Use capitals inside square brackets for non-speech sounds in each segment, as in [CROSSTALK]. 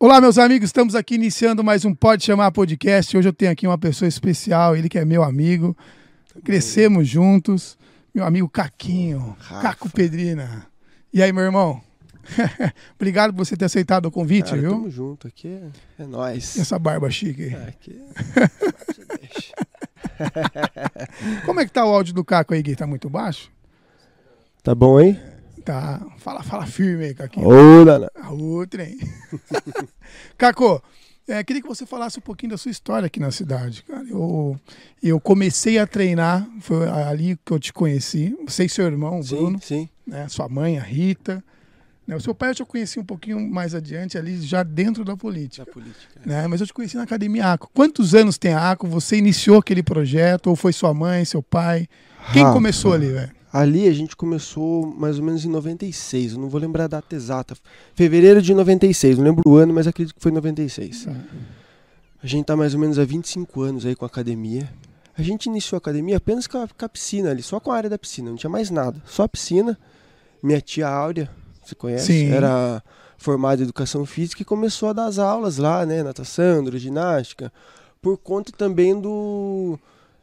Olá, meus amigos, estamos aqui iniciando mais um Pode Chamar Podcast. Hoje eu tenho aqui uma pessoa especial, ele que é meu amigo. Crescemos juntos. Meu amigo Caquinho, Caco Pedrina. E aí, meu irmão? [LAUGHS] Obrigado por você ter aceitado o convite, Cara, viu? tamo junto aqui, é, é E nóis. Essa barba chique. aí. É, aqui- Como é que tá o áudio do Caco aí, Gui? Tá muito baixo? Tá bom, hein? Tá. Fala, fala firme aí, Caquinho. Ô, Dana. Aô, trem. [LAUGHS] Caco, é, queria que você falasse um pouquinho da sua história aqui na cidade, cara. Eu, eu comecei a treinar, foi ali que eu te conheci. Você e seu irmão, o Bruno, Sim, sim. né? Sua mãe, a Rita. né? O seu pai eu te conheci um pouquinho mais adiante, ali já dentro da política. Da política. Né? Mas eu te conheci na Academia ACO. Quantos anos tem a ACO? Você iniciou aquele projeto? Ou foi sua mãe, seu pai? Quem Rafa. começou ali, velho? Ali a gente começou mais ou menos em 96, eu não vou lembrar a data exata. Fevereiro de 96, não lembro o ano, mas acredito que foi 96. Tá. A gente tá mais ou menos há 25 anos aí com a academia. A gente iniciou a academia apenas com a, com a piscina ali, só com a área da piscina, não tinha mais nada, só a piscina. Minha tia Áurea, você conhece? Sim. Era formada em educação física e começou a dar as aulas lá, né? Natação, ginástica, por conta também do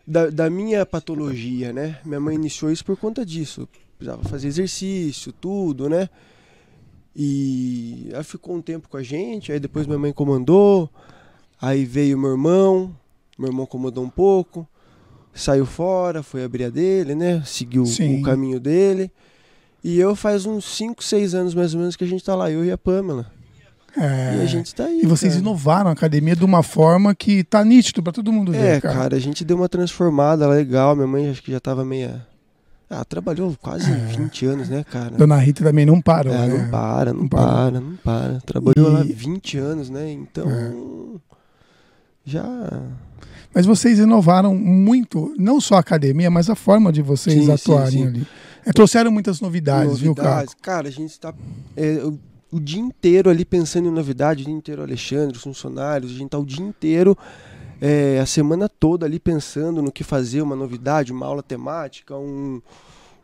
da, da minha patologia, né? Minha mãe iniciou isso por conta disso. Precisava fazer exercício, tudo, né? E ela ficou um tempo com a gente, aí depois minha mãe comandou, aí veio meu irmão, meu irmão comandou um pouco, saiu fora, foi abrir a dele, né? Seguiu Sim. o caminho dele. E eu faz uns 5, 6 anos mais ou menos que a gente tá lá, eu e a Pamela. É. E a gente tá aí. E vocês cara. inovaram a academia de uma forma que tá nítido pra todo mundo ver, É, cara. a gente deu uma transformada legal. Minha mãe acho que já tava meia. Ah, trabalhou quase É. 20 anos, né, cara? Dona Rita também não parou, É, né? não para, não, Não para. para, não para. Trabalhou E- lá 20 anos, né? Então. Já. Mas vocês inovaram muito, não só a academia, mas a forma de vocês Sim, sim, atuarem sim. ali. É, trouxeram muitas novidades, viu, cara? Cara, a gente tá. é, o, o dia inteiro ali pensando em novidade, o dia inteiro Alexandre, os funcionários, a gente tá o dia inteiro. é, a semana toda ali pensando no que fazer, uma novidade, uma aula temática, um,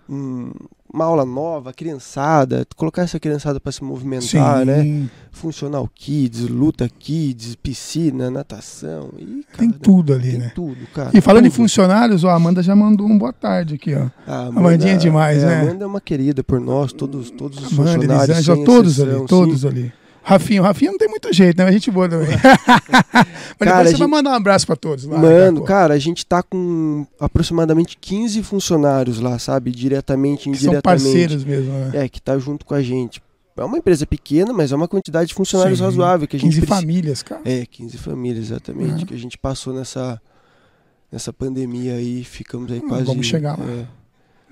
um- uma aula nova, criançada, colocar essa criançada para se movimentar, né? Funcional Kids, Luta Kids, piscina, natação. E, cara, Tem tudo ali, tem né? tudo, cara. E falando em tudo. funcionários, ó, a Amanda já mandou um boa tarde aqui, ó. A Amandinha é demais, é, né? A Amanda é uma querida por nós, todos, todos os Amanda, funcionários. Elisângela, sem todos exceção, ali, todos sim. ali. Rafinha, o Rafinha não tem muito jeito, né? A gente boa também. [LAUGHS] Mas Cara, depois você a vai gente- mandar um abraço pra todos lá. né, Mano, Cacô? cara, a gente tá com aproximadamente 15 funcionários lá, sabe? Diretamente, Que são indiretamente. parceiros mesmo, né? É, que tá junto com a gente. É uma empresa pequena, mas é uma quantidade de funcionários Sim. razoável que a gente 15 preci- famílias, cara. É, 15 famílias, exatamente. Uhum. Que a gente passou nessa, nessa pandemia aí, ficamos aí Hum, quase. vamos chegar lá. é.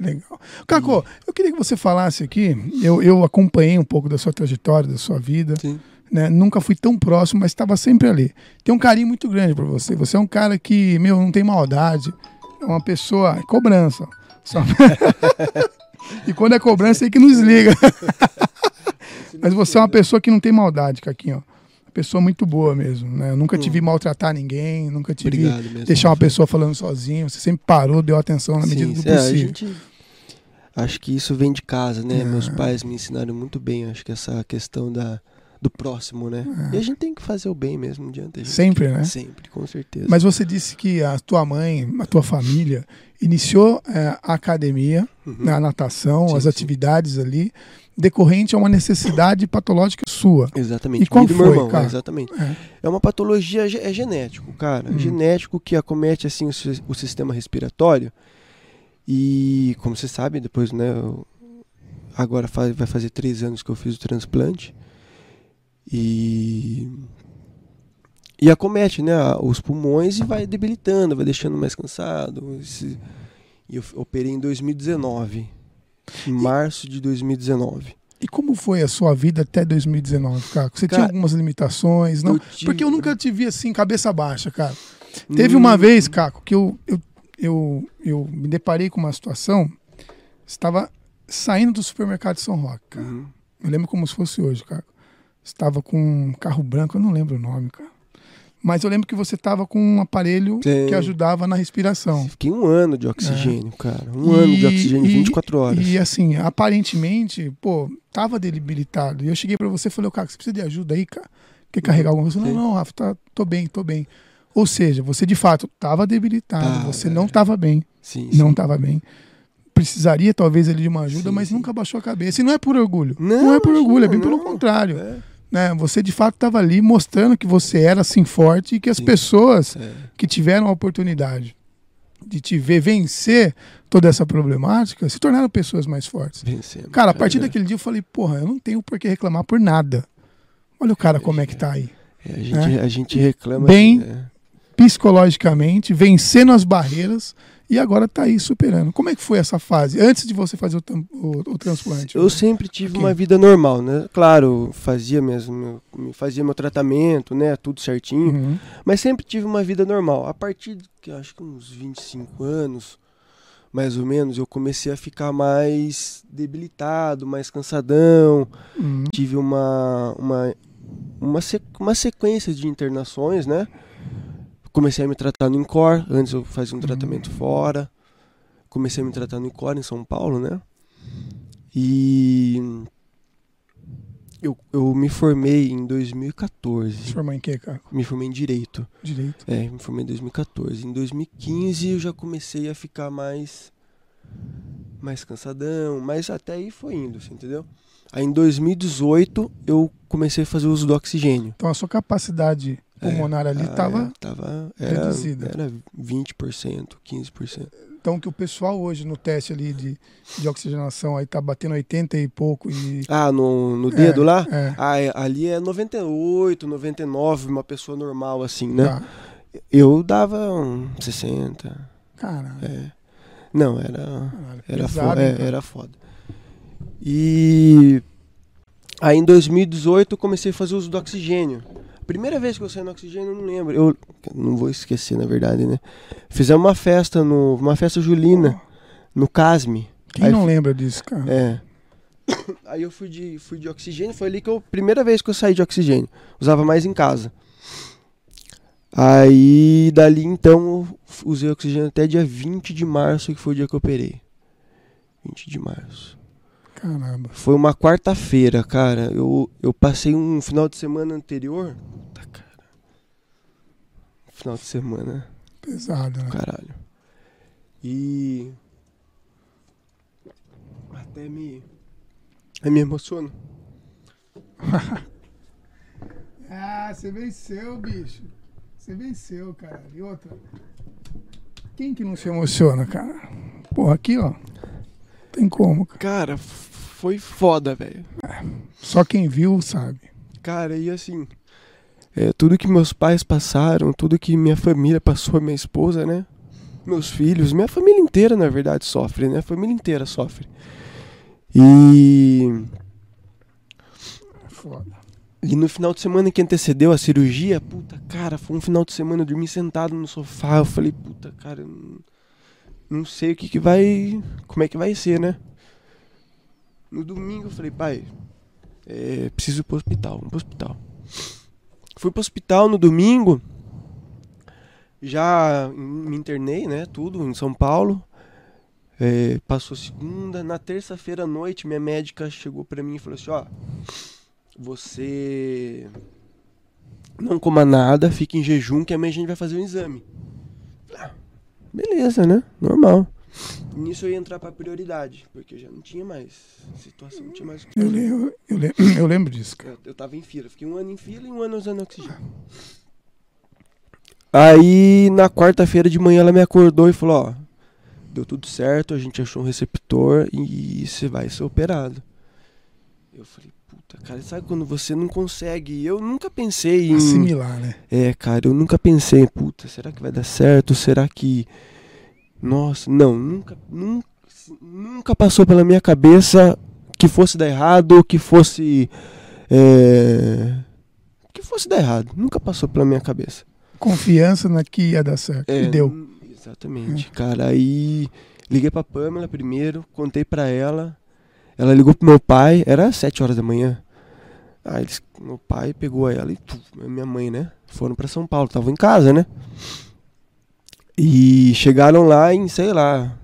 Legal. Caco, eu queria que você falasse aqui. Eu, eu acompanhei um pouco da sua trajetória, da sua vida. Sim. né? Nunca fui tão próximo, mas estava sempre ali. Tem um carinho muito grande por você. Você é um cara que, meu, não tem maldade. É uma pessoa. É cobrança. Só- [LAUGHS] e quando é cobrança, aí que nos liga. [LAUGHS] mas você é uma pessoa que não tem maldade, Caquinho. Uma pessoa muito boa mesmo. Né? Eu nunca te vi maltratar ninguém, nunca te vi Hum. Obrigado mesmo. deixar uma pessoa falando sozinho. Você sempre parou, deu atenção na Sim, medida do é, a possível. gente- Acho que isso vem de casa, né? É. Meus pais me ensinaram muito bem, acho que essa questão da, do próximo, né? E a gente tem que fazer o bem mesmo, não adianta. a gente- É. Sempre, né? Sempre, com certeza. Mas você disse que a tua mãe, a tua família, iniciou eh, a academia, Uhum. na natação, Sim, as sim. atividades ali, decorrente a uma necessidade patológica sua. Exatamente. E qual Minha do meu foi, irmão, né? cara? Exatamente. É. Hum. É. uma patologia ge- é genético, cara. Genético que acomete assim o, si- o sistema respiratório. E como você sabe, depois, né? eu- agora faz- vai fazer três anos que eu fiz o transplante. E e acomete, né, a- os pulmões e vai debilitando, vai deixando mais cansado. esse- E eu f- operei em 2019, em março de 2019. E como foi a sua vida até 2019, Caco? Você tinha Cara, algumas limitações? Não? eu tive- Porque eu nunca te vi assim, cabeça baixa, cara. Teve uma Hum. vez, Caco, que eu, eu, eu, eu me deparei com uma situação. Estava saindo do supermercado de São Roque, cara. Uhum. Eu lembro como se fosse hoje, Caco. Estava com um carro branco, eu não lembro o nome, cara. Mas eu lembro que você estava com um aparelho Sim. que ajudava na respiração. Fiquei um ano de oxigênio, cara. Um ano de É. E- oxigênio, e- 24 horas. E assim, aparentemente, pô, tava debilitado. E eu cheguei pra você e falei, ô, Caco, você precisa de ajuda aí, cara? Quer carregar alguma coisa? Não, não, Rafa, tá, tô bem, tô bem. Ou seja, você de fato estava debilitado, Tava, você é. não estava bem, Sim, não sim. estava bem. Precisaria talvez ele de uma ajuda, Sim, mas sim. nunca baixou a cabeça. E não é por orgulho. Não, Não, é por imagina, orgulho, é bem pelo não. contrário. É, Né? Você de fato estava ali mostrando que você era assim forte e que as Sim. pessoas é. que tiveram a oportunidade de te ver vencer toda essa problemática se tornaram pessoas mais fortes. Vencemos. Cara, a partir É, daquele dia eu falei, porra, eu não tenho por que reclamar por nada. Olha o cara como é que tá aí. é, a, gente, a gente reclama. Bem- né? Psicologicamente, vencendo as barreiras e agora tá aí superando. Como é que foi essa fase? Antes de você fazer o, tam- o- o transplante. né? Eu sempre tive Ok. uma vida normal, né? Claro, fazia mesmo, meu- fazia meu tratamento, né? Tudo certinho. Uhum. Mas sempre tive uma vida normal. A partir de que eu acho que uns 25 anos, mais ou menos, eu comecei a ficar mais debilitado, mais cansadão. Uhum. Tive uma uma uma, se- uma sequência de internações, né? Comecei a me tratar no Incor, antes eu fazia um tratamento fora. Comecei a me tratar no Incor em São Paulo, né? E eu, eu me formei em Se 2014. formar em quê, cara? Me formei em direito. Direito. É, me formei em 2014. Em 2015 eu já comecei a ficar mais mais cansadão, mas até aí foi indo, você entendeu? Aí em 2018 eu comecei a fazer uso do oxigênio. Então a sua capacidade pulmonar ali Ah, tava. é, tava era, reduzida. era 20%, 15%. Então que o pessoal hoje no teste ali de, de oxigenação aí tá batendo 80 e pouco e. Ah, no, no dedo lá? É. Ah, é- ali é 98, 99, uma pessoa normal assim, né? Tá. Eu dava um 60. Caralho. É. Não, era caralho, É. Era, pesado, fo- hein, é, cara? era foda. E aí em 2018 eu comecei a fazer uso do oxigênio. Primeira vez que eu saí no oxigênio, eu não lembro. Eu não vou esquecer, na verdade, né? Fizemos uma festa no. Uma festa julina, no Casme. Quem Aí não fi- lembra disso, cara? É. Aí eu fui de, fui de oxigênio, foi ali que eu. Primeira vez que eu saí de oxigênio. Usava mais em casa. Aí dali então eu f- usei oxigênio até dia 20 de março, que foi o dia que eu operei. 20 de março. Caramba. Foi uma quarta-feira, cara. Eu, eu passei um final de semana anterior. Tá, cara. Final de semana, Pesado, né? caralho. E. Até me. Eu me emociono. Ah, você venceu, bicho. Você venceu, cara. E outra. Quem que não se emociona, cara? Porra, aqui, ó. Tem como, cara. Cara, f- foi foda, velho. Só quem viu sabe. Cara, e assim. é, tudo que meus pais passaram, tudo que minha família passou, minha esposa, né? Meus filhos, minha família inteira, na verdade, sofre, né? A família inteira sofre. E. É Foda. E no final de semana que antecedeu a cirurgia, puta, cara, foi um final de semana, eu dormi sentado no sofá, eu falei, puta, cara, eu não- não sei o que que vai, como é que vai ser, né? No domingo eu falei, pai, é, preciso ir pro hospital, vamos pro hospital. Fui pro hospital no domingo, já me internei, né, tudo, em São Paulo. É, passou segunda, na terça-feira à noite minha médica chegou pra mim e falou assim, ó você não coma nada, fica em jejum, que amanhã a gente vai fazer um exame. Ah, beleza, né? Normal. Nisso eu ia entrar pra prioridade, porque eu já não tinha mais situação, não tinha mais o que Eu, fazer. le- eu, eu le- [CLEARS THROAT] eu lembro disso, cara. Eu, eu tava em fila, fiquei um ano em fila e um ano usando oxigênio. Aí na quarta-feira de manhã ela me acordou e falou, ó, deu tudo certo, a gente achou um receptor e você vai ser operado. Eu falei, puta, cara, sabe quando você não consegue? Eu nunca pensei em. Assimilar, né? É, cara, eu nunca pensei, puta, será que vai dar certo? Será que. Nossa, não, nunca, nunca, nunca passou pela minha cabeça que fosse dar errado, que fosse. É, que fosse dar errado. Nunca passou pela minha cabeça. Confiança na que ia dar certo. É, e deu. n- Exatamente, cara. Aí liguei pra Pamela primeiro, contei pra ela. Ela ligou pro meu pai, era sete horas da manhã. Aí eles, meu pai pegou ela e tu, minha mãe, né? Foram pra São Paulo, estavam em casa, né? E chegaram lá em, sei lá,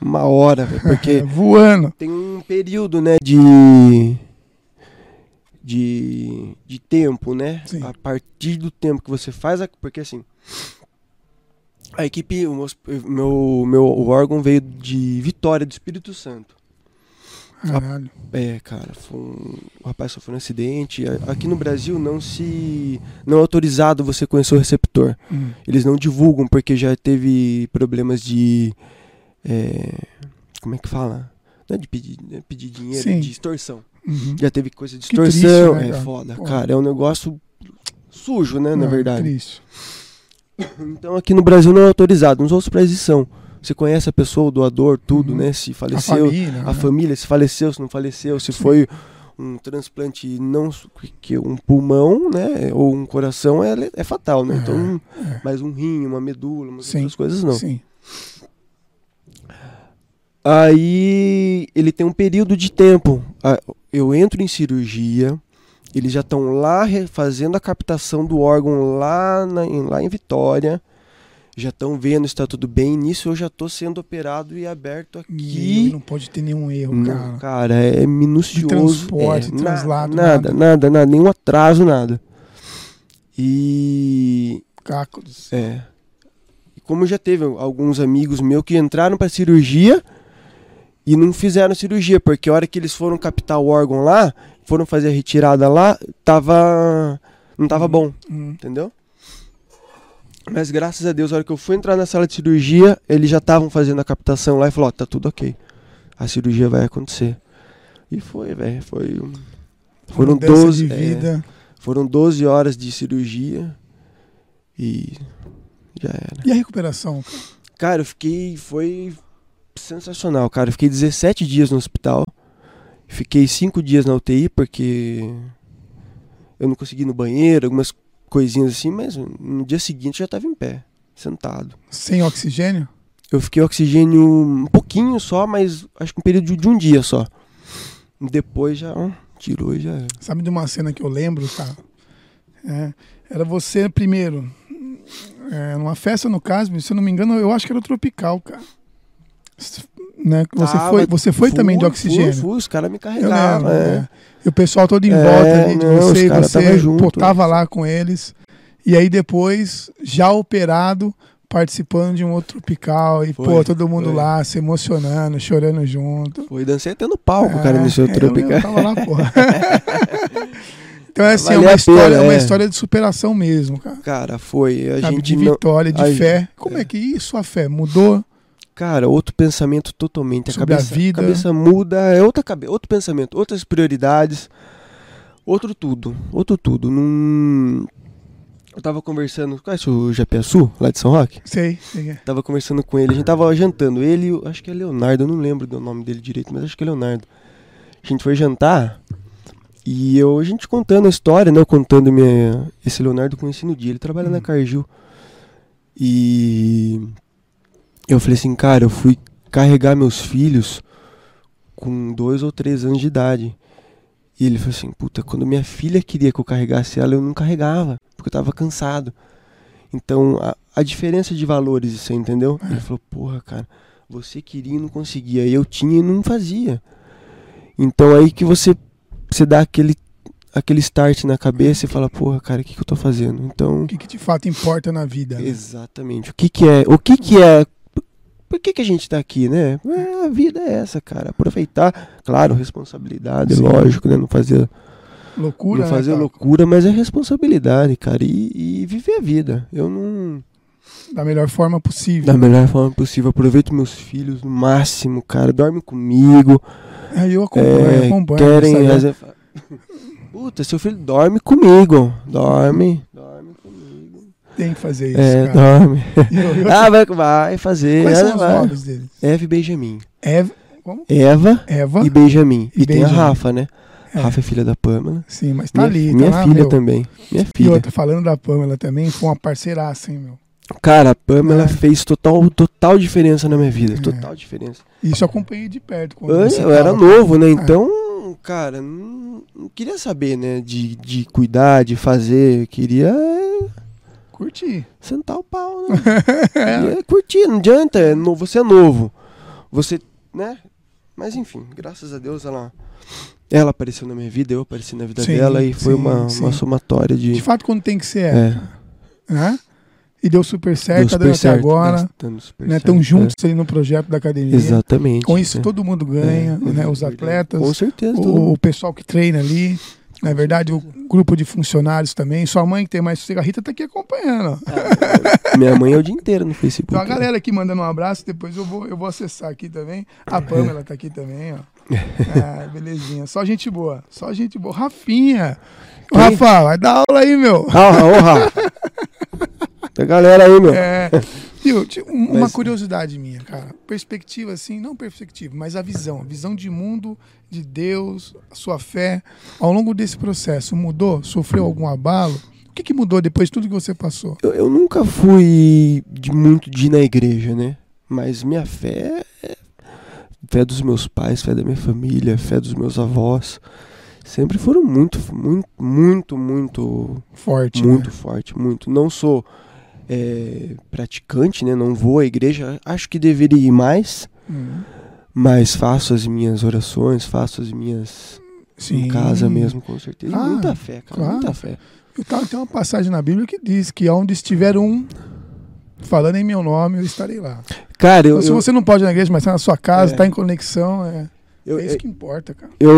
uma hora, velho, É, porque voando. tem um período, né, de de, de tempo, né? Sim. A partir do tempo que você faz, a- porque assim, a equipe, o meus- meu, meu órgão veio de Vitória, do Espírito Santo. Caralho. É, cara, foi um, o rapaz sofreu um acidente. A- Aqui no Brasil não se. Não é autorizado você conhecer o receptor. Hum. Eles não divulgam porque já teve problemas de. é, como é que fala? Não é de pedir, né, pedir dinheiro, Sim. de extorsão. Uhum. Já teve coisa de Que triste, extorsão. né, cara? é foda, Pô. cara. É um negócio sujo, né, na Não, é verdade. Triste. Então aqui no Brasil não é autorizado. Nos outros países são. Você conhece a pessoa, o doador, tudo, Uhum. né? Se A faleceu família. né? a família, se faleceu, se não faleceu, se foi um transplante não su- que um pulmão, né, ou um coração é, le- é fatal, né? Então, um- É, mas um rim, uma medula, umas Sim. outras coisas não. Sim. Aí ele tem um período de tempo. Ah, Eu entro em cirurgia, eles já estão lá re- fazendo a captação do órgão lá, na- em, lá em Vitória. Já estão vendo se está tudo bem. Nisso eu já estou sendo operado e aberto E aqui. não pode ter nenhum erro, Não, cara. cara. é minucioso. De transporte, é, de translado, Nada, nada, nada, nada, nenhum atraso, nada. E. Caco do céu. É. E Como já teve alguns amigos meus que entraram pra cirurgia e não fizeram cirurgia, porque a hora que eles foram captar o órgão lá, foram fazer a retirada lá, tava. Não tava bom, Hum. entendeu? Mas graças a Deus, a hora que eu fui entrar na sala de cirurgia, eles já estavam fazendo a captação lá e falou: Ó, tá tudo ok. A cirurgia vai acontecer. E foi, velho. Foi. um- Foram Mudança 12, de é, vida. foram 12 horas de cirurgia. E. Já era. E a recuperação? Cara, eu fiquei. Foi sensacional, cara. Eu fiquei 17 dias no hospital. Fiquei 5 dias na UTI porque. Eu não consegui ir no banheiro, algumas coisinhas assim, mas no dia seguinte eu já tava em pé, sentado. Sem oxigênio? Eu fiquei oxigênio um pouquinho só, mas acho que um período de um dia só. Depois já hum, tirou e já era. Sabe de uma cena que eu lembro, cara? É, era você primeiro. É, numa festa, no caso, se eu não me engano, eu acho que era o Tropical, cara. S- Né? que Você, Tava- foi, você foi também de Ah, Fui, oxigênio. Fui, fui, os caras me Eu lembro. carregavam. é. né? E o pessoal todo em É, volta ali de não, você, os e cara você tava junto. pô, tava lá com eles. E aí depois, já operado, participando de um outro tropical. E, Foi, pô, todo mundo foi. lá se emocionando, chorando junto. Foi, dancei até no palco, cara, É, no seu eu tropical. lembro, tava lá, [LAUGHS] porra. então, é assim, é Valeu uma, a história, pena, é uma é. história de superação mesmo, cara. Cara, foi. A Sabe, gente de não. vitória, de a- fé. Como é, que e sua fé mudou? Cara, outro pensamento totalmente. A Sobre a cabeça, vida. cabeça muda, é outra cabeça, outro pensamento, outras prioridades, outro tudo, outro tudo. Num... Eu tava conversando, conhece o Japiaçu, lá de São Roque? Sei, sei. é. Tava conversando com ele, a gente tava jantando, ele, e o- acho que é Leonardo, eu não lembro do nome dele direito, mas acho que é Leonardo. A gente foi jantar e eu, a gente contando a história, né, eu contando minha, esse Leonardo eu conheci no dia, ele trabalha na Hum. Cargill. E eu falei assim, cara, eu fui carregar meus filhos com dois ou três anos de idade. E ele falou assim, puta, quando minha filha queria que eu carregasse ela, eu não carregava, porque eu tava cansado. Então, a, a diferença de valores, você entendeu? É. Ele falou, porra, cara, você queria e não conseguia, eu tinha e não fazia. Então, aí que você, você dá aquele, aquele start na cabeça e fala, porra, cara, o que, que eu tô fazendo? Então, O que, que de fato importa na vida? né? Exatamente. O que que é? O que que é? Por que que a gente tá aqui, né? É, A vida é essa, cara. Aproveitar, claro, responsabilidade, Sim. lógico, né? Não fazer, Loucura, não né, fazer cara? loucura, mas é responsabilidade, cara. E, e viver a vida. Eu não Da melhor forma possível. da melhor forma possível. Aproveito meus filhos no máximo, cara. Dorme comigo. Aí eu acompanho, É, acompanho. querem. sabe? às vezes- Puta, seu filho dorme comigo. Dorme. Dorme comigo. Tem que fazer isso, É, cara. dorme. E [LAUGHS] eu- eu- Ah, vai, vai fazer. Quais são ah, os vai. nomes deles? Eva e Benjamin. Eva, Eva Eva e Benjamin. e E, tem a Benjamin. Rafa, né? É. Rafa é filha da Pamela. sim, mas tá minha ali. minha tá lá, filha meu. também. Minha E filha. outra, falando da Pamela também, foi uma parceiraça, hein, meu. Cara, a Pamela É. fez total, total diferença na minha vida. É. Total diferença. Isso eu acompanhei de perto. Quando Eu, você eu era tava- novo, É. né? Então, cara, não, não queria saber, né? De, de cuidar, de fazer. Eu queria é, Curti. sentar o pau, [LAUGHS] né? Queria curtir, não adianta. é no- você é novo. Você, né? Mas enfim, graças a Deus ela Ela apareceu na minha vida, eu apareci na vida Sim, dela e foi sim, uma, sim. uma somatória de. De fato, quando tem que ser, é. é, né? E deu super deu certo, tá super dando até certo, agora. nós estamos super Né? certo, é. Estão juntos ali no projeto da academia. Exatamente. Com isso, é. todo mundo ganha, É, né? Os é verdade. atletas, Com certeza. todo mundo. [LAUGHS] o, o pessoal que treina ali. Na verdade, o grupo de funcionários também. Sua mãe que tem mais sossego, a Rita tá aqui acompanhando. ó. Minha mãe é o dia inteiro no [LAUGHS] Facebook. Tem uma galera aqui mandando um abraço, depois eu vou, eu vou acessar aqui também. A Pamela tá aqui [LAUGHS] também, ó. Ah, belezinha. Só gente boa. Só gente boa. Rafinha. Ô, Quem? Rafa, vai dar aula aí, meu. Honra, honra! [LAUGHS] da galera aí, meu. [LAUGHS] É, viu, ti- um- uma Mas- curiosidade minha, cara. Perspectiva, assim, não perspectiva, mas a visão. A visão de mundo, de Deus, a sua fé. Ao longo desse processo, mudou? Sofreu algum abalo? O que, que mudou depois de tudo que você passou? Eu, eu nunca fui de muito de ir na igreja, né? Mas minha fé é fé dos meus pais, fé da minha família, fé dos meus avós. Sempre foram muito, muito, muito, muito, Forte. né? muito forte, muito. Não sou é, praticante, né? Não vou à igreja. Acho que deveria ir mais, Hum. mas faço as minhas orações, faço as minhas em casa mesmo, com certeza. E Ah, muita fé, cara, claro. muita fé. Eu tava- tem uma passagem na Bíblia que diz que onde estiver um falando em meu nome, eu estarei lá. Cara, eu, Então, se eu- você não pode ir na igreja, mas está na sua casa, É. está em conexão, é, eu- é isso que importa, cara. Eu.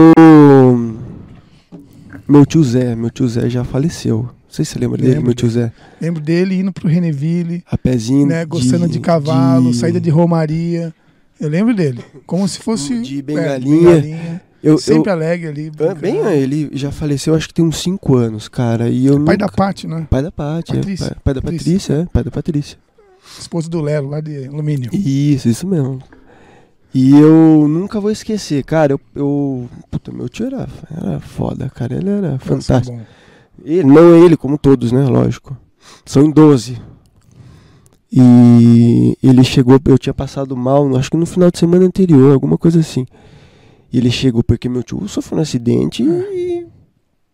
Meu tio Zé, meu tio Zé já faleceu. Não sei se você lembra dele, Lembro meu tio Zé. Lembro dele indo pro Reneville, A pezinho. né, gostando de, cavalo, saída de romaria. Eu lembro dele, como se fosse De é, bengalinha. bengalinha, Eu, sempre alegre ali. eu, brincando. bem, ah, ele já faleceu, acho que tem uns 5 anos, cara. E eu Pai nunca- da Pati, né? Pai da Pati, Patrícia. é, pai, pai da Patrícia, é, pai da Patrícia. Esposo do Lero, lá de Alumínio. Isso, isso mesmo. E eu nunca vou esquecer, cara, eu. eu puta, meu tio era, era foda, cara. Ele era Nossa, fantástico. bom. Ele, não ele, como todos, né? Lógico. São em 12. E ele chegou, eu tinha passado mal, acho que no final de semana anterior, alguma coisa assim. E ele chegou porque meu tio sofreu um acidente e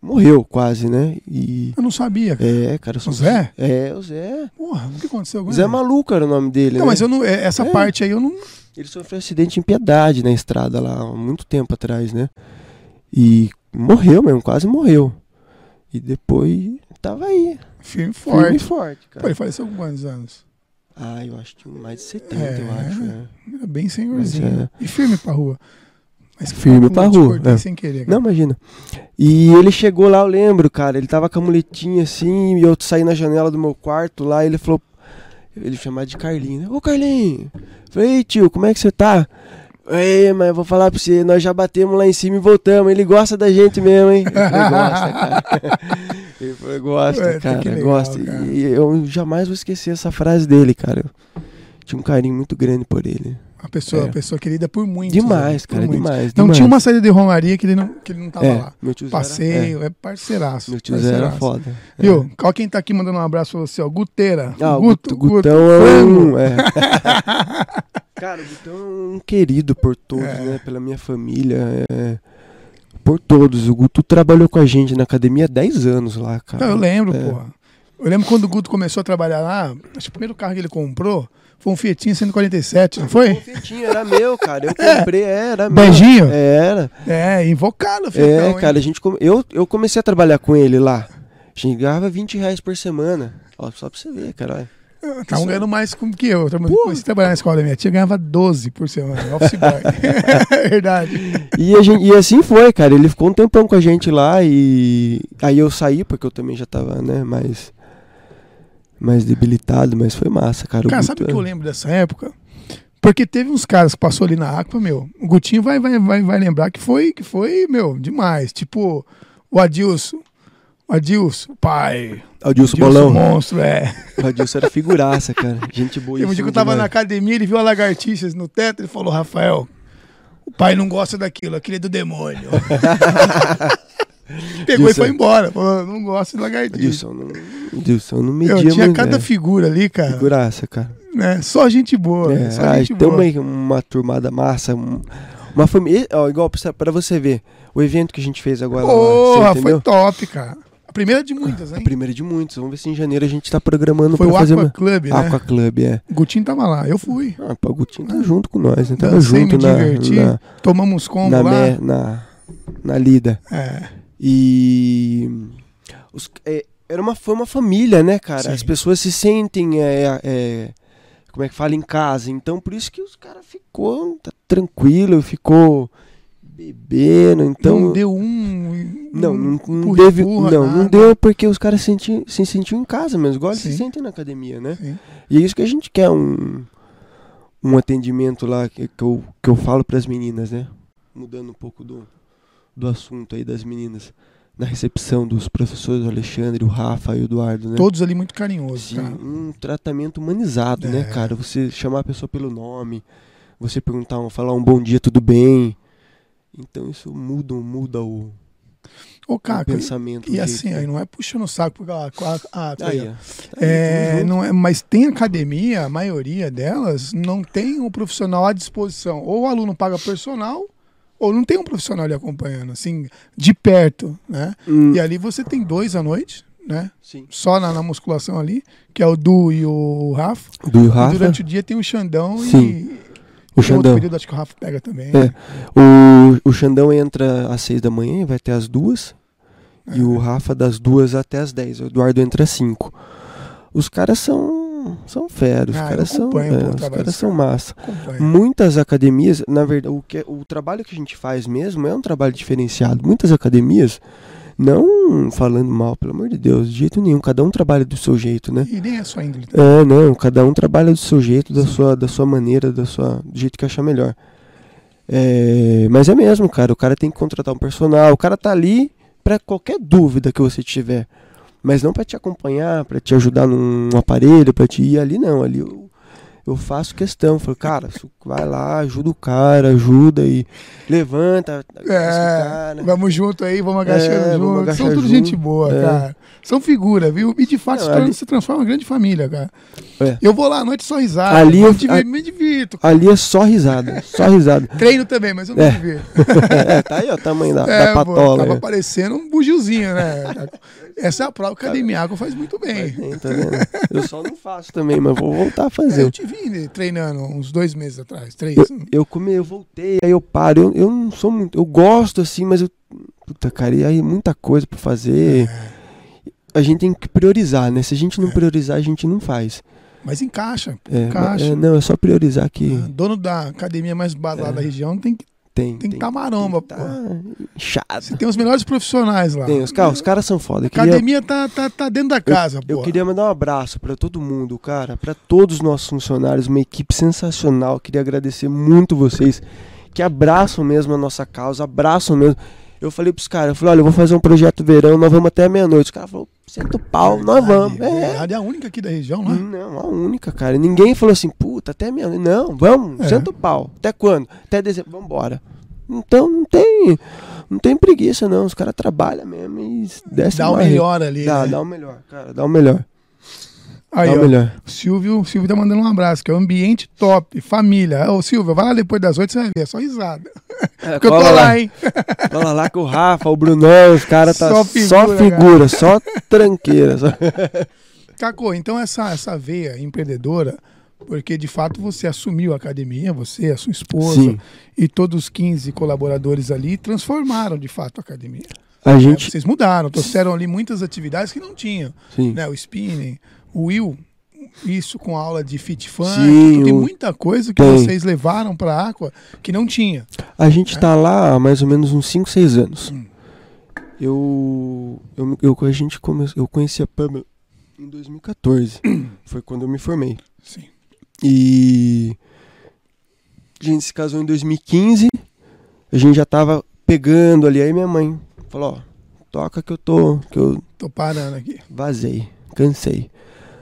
morreu quase, né? E. Eu não sabia, cara. É, cara, eu sou- O Zé? É, o Zé. Porra, o que aconteceu agora? Zé Maluco era o nome dele, Não, né? mas eu não, é- essa É. parte aí eu não. Ele sofreu um acidente em Piedade na estrada lá, há muito tempo atrás, né? E morreu mesmo, quase morreu. E depois tava aí, Firme e firme e forte. forte, cara. Pô, ele faleceu com quantos anos? Ah, eu acho que tinha mais de 70, É. eu acho. né? Era bem senhorzinho. Mas é. E firme pra rua. Mas Firme pra eu te rua, cortei é. sem querer. cara. Não, imagina. E ele chegou lá, eu lembro, cara. Ele tava com a muletinha assim, e eu saí na janela do meu quarto lá, e ele falou. Ele chamava de Carlinho, né? Ô Carlinho! Eu Falei, ei tio, como é que você tá? Ei, mas eu vou falar pra você, nós já batemos lá em cima e voltamos. Ele gosta da gente mesmo, hein? Eu falei, gosta, [LAUGHS] cara. Ele falou, Ué, gosta, que cara, legal, gosta. E- cara. E eu jamais vou esquecer essa frase dele, cara. Eu tinha um carinho muito grande por ele. Uma pessoa, É. uma pessoa querida por muitos. Demais, né? Por cara, muitos. demais. Não demais. tinha uma saída de Romaria que ele não, que ele não tava é, lá. Meu tio Zé era- é. Passeio, é, parceiraço. Meu tio Zé era parceiraço. foda. É. Viu? Qual quem tá aqui mandando um abraço pra você, ó. Guteira. Ah, o Guto, Guto, Guto. Gutão é frango. [LAUGHS] um. é. Cara, o Gutão é um querido por todos, É. né? Pela minha família. é, Por todos. O Guto trabalhou com a gente na academia há 10 anos lá, cara. Não, Tá, eu lembro, É. porra. Eu lembro quando o Guto começou a trabalhar lá, acho que o primeiro carro que ele comprou foi um Fiatinha 147, não O foi? Fiatinho era meu, cara. Eu comprei, era meu. Beijinho? Era. É, invocado, filho. É, cara, a gente come- eu, eu comecei a trabalhar com ele lá. A gente ganhava 20 reais por semana. Ó, só pra você ver, cara. olha. Estavam Tá um ganhando mais como que eu. Eu trabalhei- Comecei a trabalhar na escola da minha tia, ganhava 12 por semana. Office boy. [LAUGHS] É Verdade. E, a gente- e assim foi, cara. Ele ficou um tempão com a gente lá e. Aí eu saí, porque eu também já tava, né, mais. Mais debilitado, mas foi massa, cara. é Cara, sabe o que eu lembro dessa época? Porque teve uns caras que passou ali na Aqua, meu. O Gutinho vai, vai, vai, vai lembrar que foi, que foi, meu, demais. Tipo, o Adilson. O Adilson, pai. Adilson Adilson Bolão. monstro, é. O Adilson era figuraça, cara. Gente boa. é Teve um dia que eu tava na academia, ele viu a lagartixas no teto, ele falou, Rafael, o pai não gosta daquilo, aquele é do [LAUGHS] demônio. Pegou e Adilson. foi embora. Falou, não gosto de lagartixa. é. Adilson não, Adilson não media Eu tinha muito, cada né? figura ali, cara. Figuraça, cara. Né? Só gente boa. É, só ah, gente tem boa. uma, uma turmada massa. um- Uma família. Ó, igual pra, pra você ver. O evento que a gente fez agora. lá, Porra, você foi entendeu? top, cara. A primeira de muitas, hein? Primeiro de muitos. Vamos ver se em janeiro a gente tá programando Foi o pra fazer Aqua uma. Club, né? Aqua Club, é. O Gutinho tava lá, eu fui. Ah, pá, o Gutinho tá junto com nós, né? Tava Dancei, junto me na, diverti, na, tomamos combo na, lá. me- na, na lida. É. E. os- é, era uma, foi uma família, né, cara? Sim. As pessoas se sentem. é, é, como é que fala? Em casa. Então, por isso que os caras ficou tá, tranquilo, ficou bebendo. Então. não deu um. Não, não, não empurra, teve- empurra, não, não nada. deu porque os caras senti, se sentiu em casa mesmo, igual eles se Sim. sentem na academia, né? Sim. E é isso que a gente quer, um, um atendimento lá que, que, eu, que eu falo pras meninas, né? Mudando um pouco do, do assunto aí das meninas. Na recepção dos professores, o Alexandre, o Rafa e o Eduardo, né? Todos ali muito carinhosos, tá? Sim, cara. um tratamento humanizado, né, É. cara? Você chamar a pessoa pelo nome, você perguntar, um- falar um bom dia, tudo bem. Então isso muda, muda o, Ô, o Caco, e- Um pensamento. o e jeito, assim, né? aí não é puxando o saco, porque a, a, a, Aí, a- ó. Tá aí, tamo é, junto. não é, mas tem academia, a maioria delas não tem um profissional à disposição. Ou o aluno paga personal, ou não tem um profissional lhe acompanhando, assim, de perto, né? Hum, E ali você tem dois à noite, né? Sim. Só na, na musculação ali, que é o Du e o Rafa. Do E Rafa, durante o dia tem o Xandão e- Sim. e. o tem outro Xandão. período acho que o Rafa pega também. É. O, o Xandão entra às seis da manhã e vai até às duas. E É. o Rafa das duas até às dez. O Eduardo entra às cinco. Os caras são. São feros, Ah, os eu caras são, acompanho, é, pô, o os trabalho É. caras dos são massa. Acompanha. Muitas academias, na verdade, o, que, o trabalho que a gente faz mesmo é um trabalho diferenciado. Muitas academias, não falando mal, pelo amor de Deus, de jeito nenhum, cada um trabalha do seu jeito, né? E nem é só índole. tá? É, não, cada um trabalha do seu jeito, da sua, da sua maneira, da sua, do jeito que achar melhor. É, mas é mesmo, cara, o cara tem que contratar um personal, o cara tá ali pra qualquer dúvida que você tiver, mas não pra te acompanhar, pra te ajudar num aparelho, pra te ir ali não, ali eu, eu faço questão, falo, cara, su- vai lá, ajuda o cara, ajuda e levanta, É, né? vamos junto aí, vamos agachando É, junto. vamos agachar São tudo junto. gente boa, É. cara. São figura, viu? E de fato Não, se, torna- ali- se transforma em uma grande família, cara. É. Eu vou lá à noite só risada. Ali eu eu- me divi- a- me divirto. ali é só risada, só risada. [LAUGHS] Treino também, mas eu me É. divirto. é, tá aí ó, o tamanho da, da É, pô, patola. tava aí. parecendo um bugiozinho, né? Caco? Essa é a prova que a Academia Água faz muito Mas bem. nem, tá vendo? Eu só não faço também, mas vou voltar a É, eu fazer. te vi né, treinando uns dois meses atrás, três. assim, Eu, eu come, eu voltei, aí eu paro. Eu, eu não sou muito. Eu gosto assim, mas eu. Puta, cara, e aí muita coisa pra fazer. É, A gente tem que priorizar, né? Se a gente não priorizar, a gente não faz. mas encaixa. É, Caixa. é, não, é só priorizar que Dono da academia mais badalada É. da região tem que tem. tem que tá maromba, tá pô. Você inchado. tem os melhores profissionais lá. Tem, os, cara, os caras são foda. Eu queria- Academia tá, tá, tá dentro da casa, pô. Eu queria mandar um abraço pra todo mundo, cara, pra todos os nossos funcionários, uma equipe sensacional. Queria agradecer muito vocês que abraçam mesmo a nossa causa, abraçam mesmo. Eu falei pros caras, eu falei, olha, eu vou fazer um projeto verão, nós vamos até a meia-noite. Os caras falaram, senta o pau, nós vamos. É, É. Hum, verdade, é a única aqui da região, né? Não, a única, cara. Ninguém falou assim, puta, até meia-noite. Não, vamos, É. senta o pau. Até quando? Até dezembro, vambora. Então não tem, não tem preguiça, não. Os caras trabalham mesmo e descem Dá o uma re- melhor ali. Dá, né? dá o melhor, cara, dá o melhor. Aí, dá o ó, melhor. o Silvio, o Silvio tá mandando um abraço, que é um ambiente top, família. Ô, Silvio, vai lá depois das oito, você vai ver, é só risada. É, Porque eu tô lá, hein? Cola lá com o Rafa, o Brunão, os caras tá Só só figura, figura, cara. só, tranqueira. só- Cacô, então essa, essa veia empreendedora, porque de fato você assumiu a academia, você, a sua esposa Sim. e todos os 15 colaboradores ali transformaram de fato a academia. [LAUGHS] A né? gente. Vocês mudaram, trouxeram ali muitas atividades que não tinham. Sim. né, o spinning, o Will, isso com aula de fit fun, Sim, tem o- muita coisa que tem. vocês levaram para a Aqua que não tinha. A gente tá lá há mais ou menos uns 5, 6 anos. Hum. Eu, eu, me- eu. A gente come, Eu conheci a Pamela em [COUGHS] 2014. Foi quando eu me formei. Sim. E. A gente se casou em 2015. A gente já tava pegando ali. Aí minha mãe falou: Ó, toca que eu tô. Que eu Tô parando aqui. Vazei, cansei.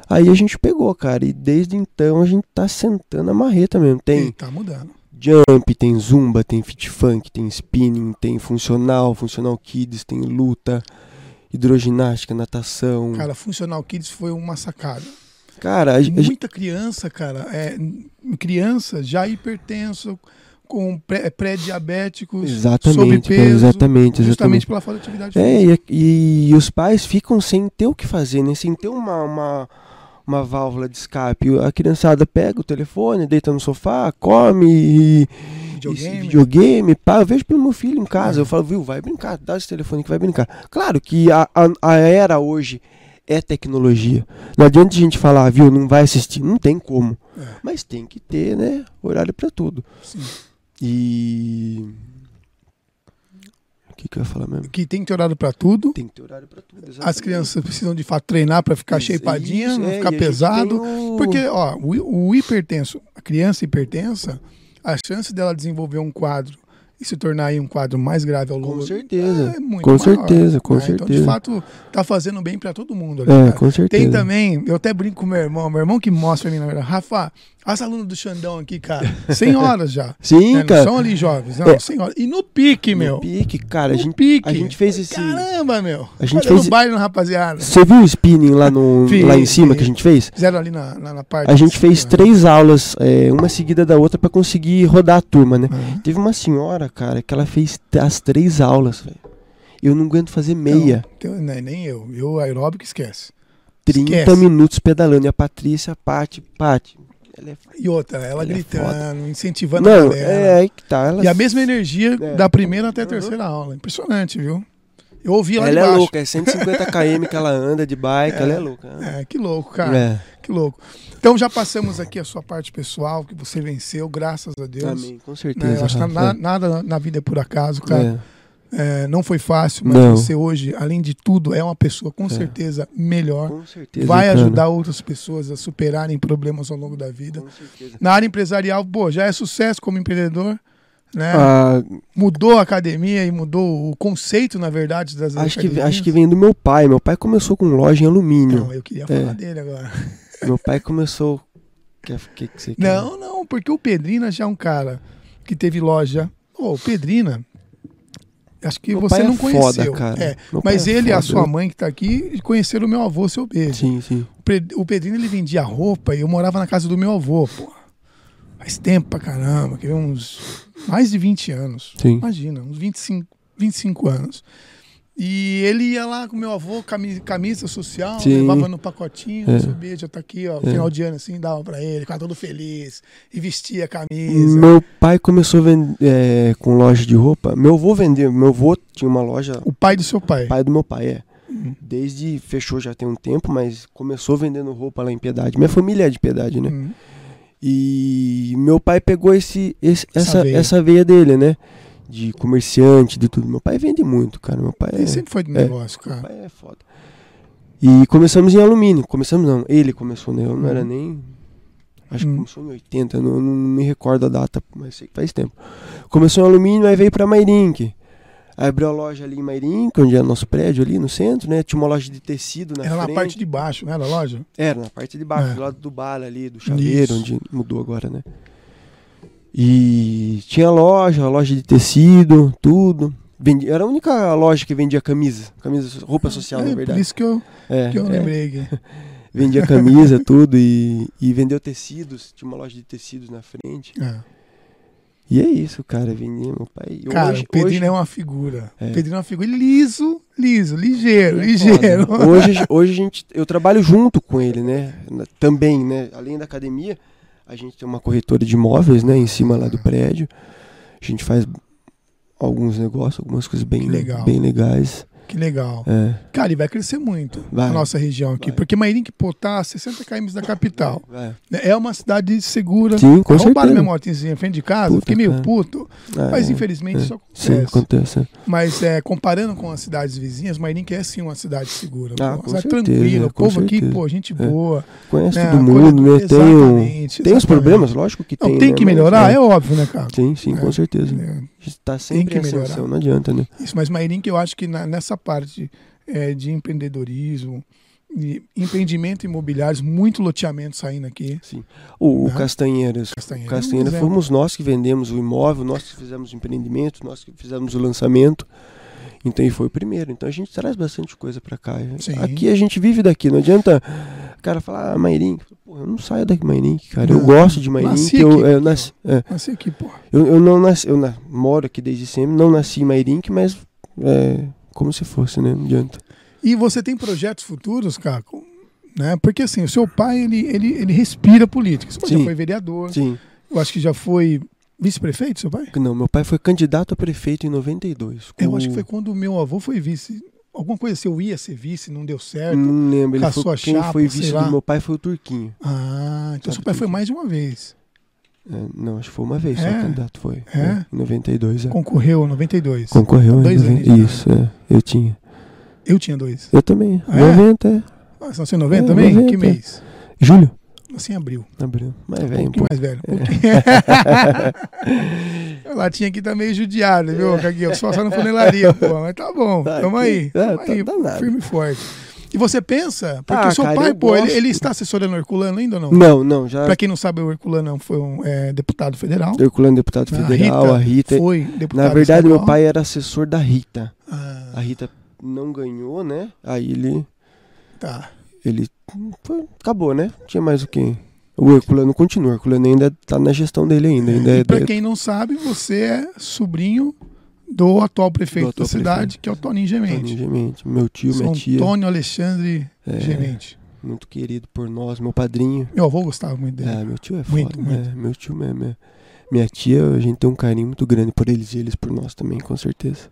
Aí a gente pegou, cara, e desde então a gente tá sentando a marreta mesmo. E Tem tá mudando. jump, tem zumba, tem fit funk, tem spinning, tem funcional, funcional kids, tem luta, hidroginástica, natação. Cara, Cara, Funcional Kids foi uma sacada. a, gente Muita criança, cara, é, n- criança já hipertenso, com pré- é, pré-diabéticos, exatamente, cara, sobrepeso, justamente exatamente, exatamente. pela falta de atividade É, física. e, e os pais ficam sem ter o que fazer, né? Sem ter uma, uma, uma válvula de escape. A criançada pega o telefone, deita no sofá, come e, Videogame. É. Esse videogame, pá, eu vejo pelo meu filho em casa, eu falo, viu, vai brincar, dá esse telefone que vai brincar. Claro que a, a, a era hoje é tecnologia. Não adianta a gente falar, viu, não vai assistir, não tem como. É. Mas tem que ter, né, horário pra tudo. Sim. E... O que que eu ia falar mesmo? Que tem que ter horário pra tudo. Tem que ter horário pra tudo, As exatamente. crianças precisam de fato treinar pra ficar Isso, shapeadinha, isso, não é, ficar e a gente pesado. tem o- Porque, ó, o, hi- o hipertenso, a criança hipertensa, a chance dela desenvolver um quadro e se tornar aí um quadro mais grave ao longo Com certeza. é muito com maior, certeza, com né? Então, de certeza. fato, tá fazendo bem pra todo mundo. ali, é, cara. com certeza. Tem também, eu até brinco com meu irmão, meu irmão que mostra pra mim na verdade. Rafa, as alunas do Xandão aqui, [LAUGHS] cara, 100 horas já. Sim, Né? Não cara. são ali jovens, não, É. 100 horas. E no pique, No meu. pique, cara. A No gente, pique. a gente fez esse. Caramba, meu. A gente Olha, fez- no baile, na rapaziada. Você viu o spinning lá, no, Fiz, lá em cima fiz. que a gente fez? Fizeram ali na, na, na parte. A gente fez né? três aulas, é, uma seguida da outra, pra conseguir rodar a turma, né? Aham. Teve uma senhora, cara, que ela fez t- as três aulas, velho. Eu não aguento fazer meia. Não, tem- né, nem eu. Eu, aeróbico, esquece. 30 esquece. minutos pedalando. E a Patrícia, a Paty, Paty. Ela é E outra, ela, Ela é gritando, incentivando a Não, galera. é aí que tá. Ela, E a mesma energia É. da primeira até a Uhum. terceira aula. Impressionante, viu? Eu ouvi lá ela de é baixo. louca, é 150 km que ela anda de bike, É. ela é louca. É, que louco, cara. É. Que louco. Então já passamos aqui a sua parte pessoal, que você venceu, graças a Deus. Amém, com certeza. Né? Eu acho que na- Rafa. nada na vida é por acaso, cara. É. É, não foi fácil, mas Não. você hoje, além de tudo, é uma pessoa com É. certeza melhor. Com certeza. Vai cara. ajudar outras pessoas a superarem problemas ao longo da vida. Né? Com certeza. Na área empresarial, pô, já é sucesso como empreendedor, né? Ah, Mudou a academia e mudou o conceito, na verdade, das acho, que, academias. acho que vem do meu pai. Meu pai começou com loja em alumínio. Não, eu queria É. falar dele agora. Meu pai começou. Quer que, que você quer? Não, não, porque o Pedrina já é um cara que teve loja. Ô, o Pedrina, acho que Meu você pai é não foda, conheceu. cara. É, Meu pai mas é ele e a foda. sua mãe que tá aqui conheceram o meu avô, seu beijo. Sim, sim. O Pe- O Pedrino ele vendia roupa e eu morava na casa do meu avô, pô. Faz tempo pra caramba, que uns mais de 20 anos. Sim. Imagina, uns 25, 25 anos. E ele ia lá com meu avô, camisa, camisa social, Sim. levava no pacotinho, É. é. sorvete, já tá aqui, ó, É. final de ano assim, dava pra ele, ficava todo feliz, e vestia a camisa. Meu pai começou ven- é, com loja de roupa. Meu avô vendeu. Meu avô tinha uma loja. O pai do seu pai. Pai do meu pai, é. Uhum. Desde. Fechou já tem um tempo, mas começou vendendo roupa lá em Piedade. Minha família é de Piedade, né? Hum. E meu pai pegou esse, esse- Essa essa, essa, veia. veia. dele, né? De comerciante, de tudo. Meu pai vende muito, cara. Meu pai Ele é, sempre foi do É. negócio, meu cara. pai é foda. E começamos em alumínio. Começamos não, ele começou, né? Eu não era Uhum. nem. Acho que Uhum. começou em 80, não, não me recordo a data, mas sei que faz tempo. Começou em alumínio, aí veio pra Mairink. Aí abriu a loja ali em Mairink, onde é nosso prédio ali no centro, né? Tinha uma loja de tecido na Era na frente. parte de baixo, né, da loja? Era, na parte de baixo, É. do lado do bar ali, do chaveiro, Isso. onde mudou agora, né? E tinha loja, loja de tecido, tudo. Vendi- era a única loja que vendia camisa, camisa, so- roupa social, é, na por verdade. isso que eu, É, que eu é. lembrei. que- [LAUGHS] vendia [LAUGHS] camisa, tudo, e, e vendeu tecidos, tinha uma loja de tecidos na frente. É. E é isso, cara, vendia meu pai. E Cara, hoje, o Pedrinho hoje- é uma figura. É. O Pedrinho é uma figura liso, liso, ligeiro, ligeiro. Foda. É [LAUGHS] Hoje, hoje a gente, eu trabalho junto com ele, né? Na- Também, né? Além da academia, a gente tem uma corretora de imóveis, né? Em cima É. lá do prédio. A gente faz alguns negócios, algumas coisas bem, Que legal. bem legais. [LAUGHS] Que legal. É, Cara, e vai crescer muito Vai. a nossa região aqui. Vai. Porque Mairink, pô, tá a 60 km da capital. vai. né? É uma cidade segura. Sim, com Roubaram minha certeza. motinha assim, em frente de casa, Puta, fiquei meio cara. puto. Ah, Mas é. infelizmente é. isso Sim, acontece. acontece. é. Mas é, comparando com as cidades vizinhas, Mairink é sim uma cidade segura. Ah, pô. com Uma cidade certeza, tranquila. O com povo aqui, certeza. pô, gente É. boa. Conhece né? todo Acolhe- mundo, né? Tem, o- Exatamente, tem os exatamente. problemas, lógico que Não, tem. tem, né? que Mas- melhorar, é. óbvio, né, cara? Sim, sim, com É. certeza. É. A gente tá sempre que em ascensão, melhorar. não adianta, né? Isso, mas Mairink, eu acho que na- nessa parte eh, de empreendedorismo, e empreendimento imobiliário, muito loteamento saindo aqui. O, o Né? Castanheiras, Castanheira. Castanheira é um exemplo. fomos nós que vendemos o imóvel, nós que fizemos o empreendimento, nós que fizemos o lançamento. Então, e foi o primeiro. Então a gente traz bastante coisa pra cá. né? Sim. Aqui a gente vive daqui, não adianta o cara falar, ah, Mairink. Pô, eu não saio daqui de Mairink, cara. Eu Não. gosto de Nasci Mairink. aqui, Eu, eu, aqui, nasci, é, Nasci aqui, porra. eu, eu não nasci, eu na- moro aqui desde sempre, não nasci em Mairink, mas é como se fosse, né? Não adianta. E você tem projetos futuros, Caco? Né? Porque assim, o seu pai, ele, ele, ele respira política. Você já Sim. foi vereador, Sim, eu acho que já foi Vice-prefeito, seu pai? Não, meu pai foi candidato a prefeito em 92. é. com- Eu acho que foi quando o meu avô foi vice. Alguma coisa assim, eu ia ser vice, não deu certo. Não lembro. Ele Caçou foi, a quem chapa, foi sei vice lá. do meu pai foi o Turquinho. Ah, então Sabe seu pai tudo. foi mais de uma vez. É, não, acho que foi uma vez só É? o candidato foi. É? Em 92, é. Concorreu em 92. Concorreu em Dois anos 90. já, né? Isso, é. Eu tinha. Eu tinha dois. Eu também. Ah, é? 90, é. Ah, você nasceu em 90 É, também? 90. Que mês? Julho. Nasci em abril. Abril. Mas Um vem, pô. pouquinho mais velho. Um É. [LAUGHS] pouquinho. A latinha aqui tá meio judiada, viu, Caguinho? Só, só na funelaria, pô. Mas tá bom. Tá Tamo aqui. aí. É, Tamo tá aí. danado. Firme e forte. E você pensa? Porque Ah, seu cara, pai, eu pô, ele, gosto. ele está assessorando o Herculano ainda ou não? Não, não, já. Pra quem não sabe, o Herculano é um- foi um é, deputado federal. Herculano, deputado A federal, a Rita. Foi deputado Na verdade, meu estadual. pai era assessor da Rita. A Ah, Rita não ganhou, né? Aí ele. tá. ele foi- acabou, né? Não tinha mais o que. O Herculano continua. O Herculano ainda tá na gestão dele ainda. ainda é e pra de- quem não sabe, você é sobrinho do atual prefeito Do atual da cidade, prefeito. que é o Toninho Antônio Gemente. Gemente. Meu tio, São minha tia. Antônio Alexandre é, Gemente. muito querido por nós, meu padrinho. Meu avô gostava muito dele. Ah, meu tio é foda. Muito, né? Meu tio mesmo. é. Minha tia, a gente tem um carinho muito grande por eles e eles por nós também, com certeza.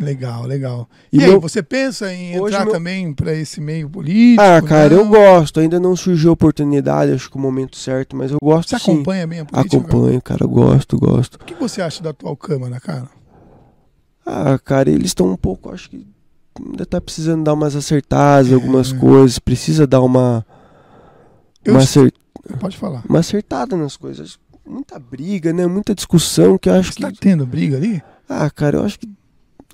Legal, legal. E E, meu- aí, você pensa em Hoje entrar meu- também pra esse meio político? Ah, cara, eu Não? gosto. Ainda não surgiu a oportunidade, acho que o momento certo, mas eu gosto Você sim. acompanha bem a política? cara? Acompanho, cara, eu gosto, gosto. O que você acha da atual Câmara, cara? Ah, cara, eles estão um pouco, acho que ainda tá precisando dar umas acertadas, É. algumas coisas, precisa dar uma Eu uma, est- acer- Pode falar. uma acertada nas coisas. Muita briga, né? Muita discussão que eu acho que Está Tá tendo briga ali? Ah, cara, eu acho que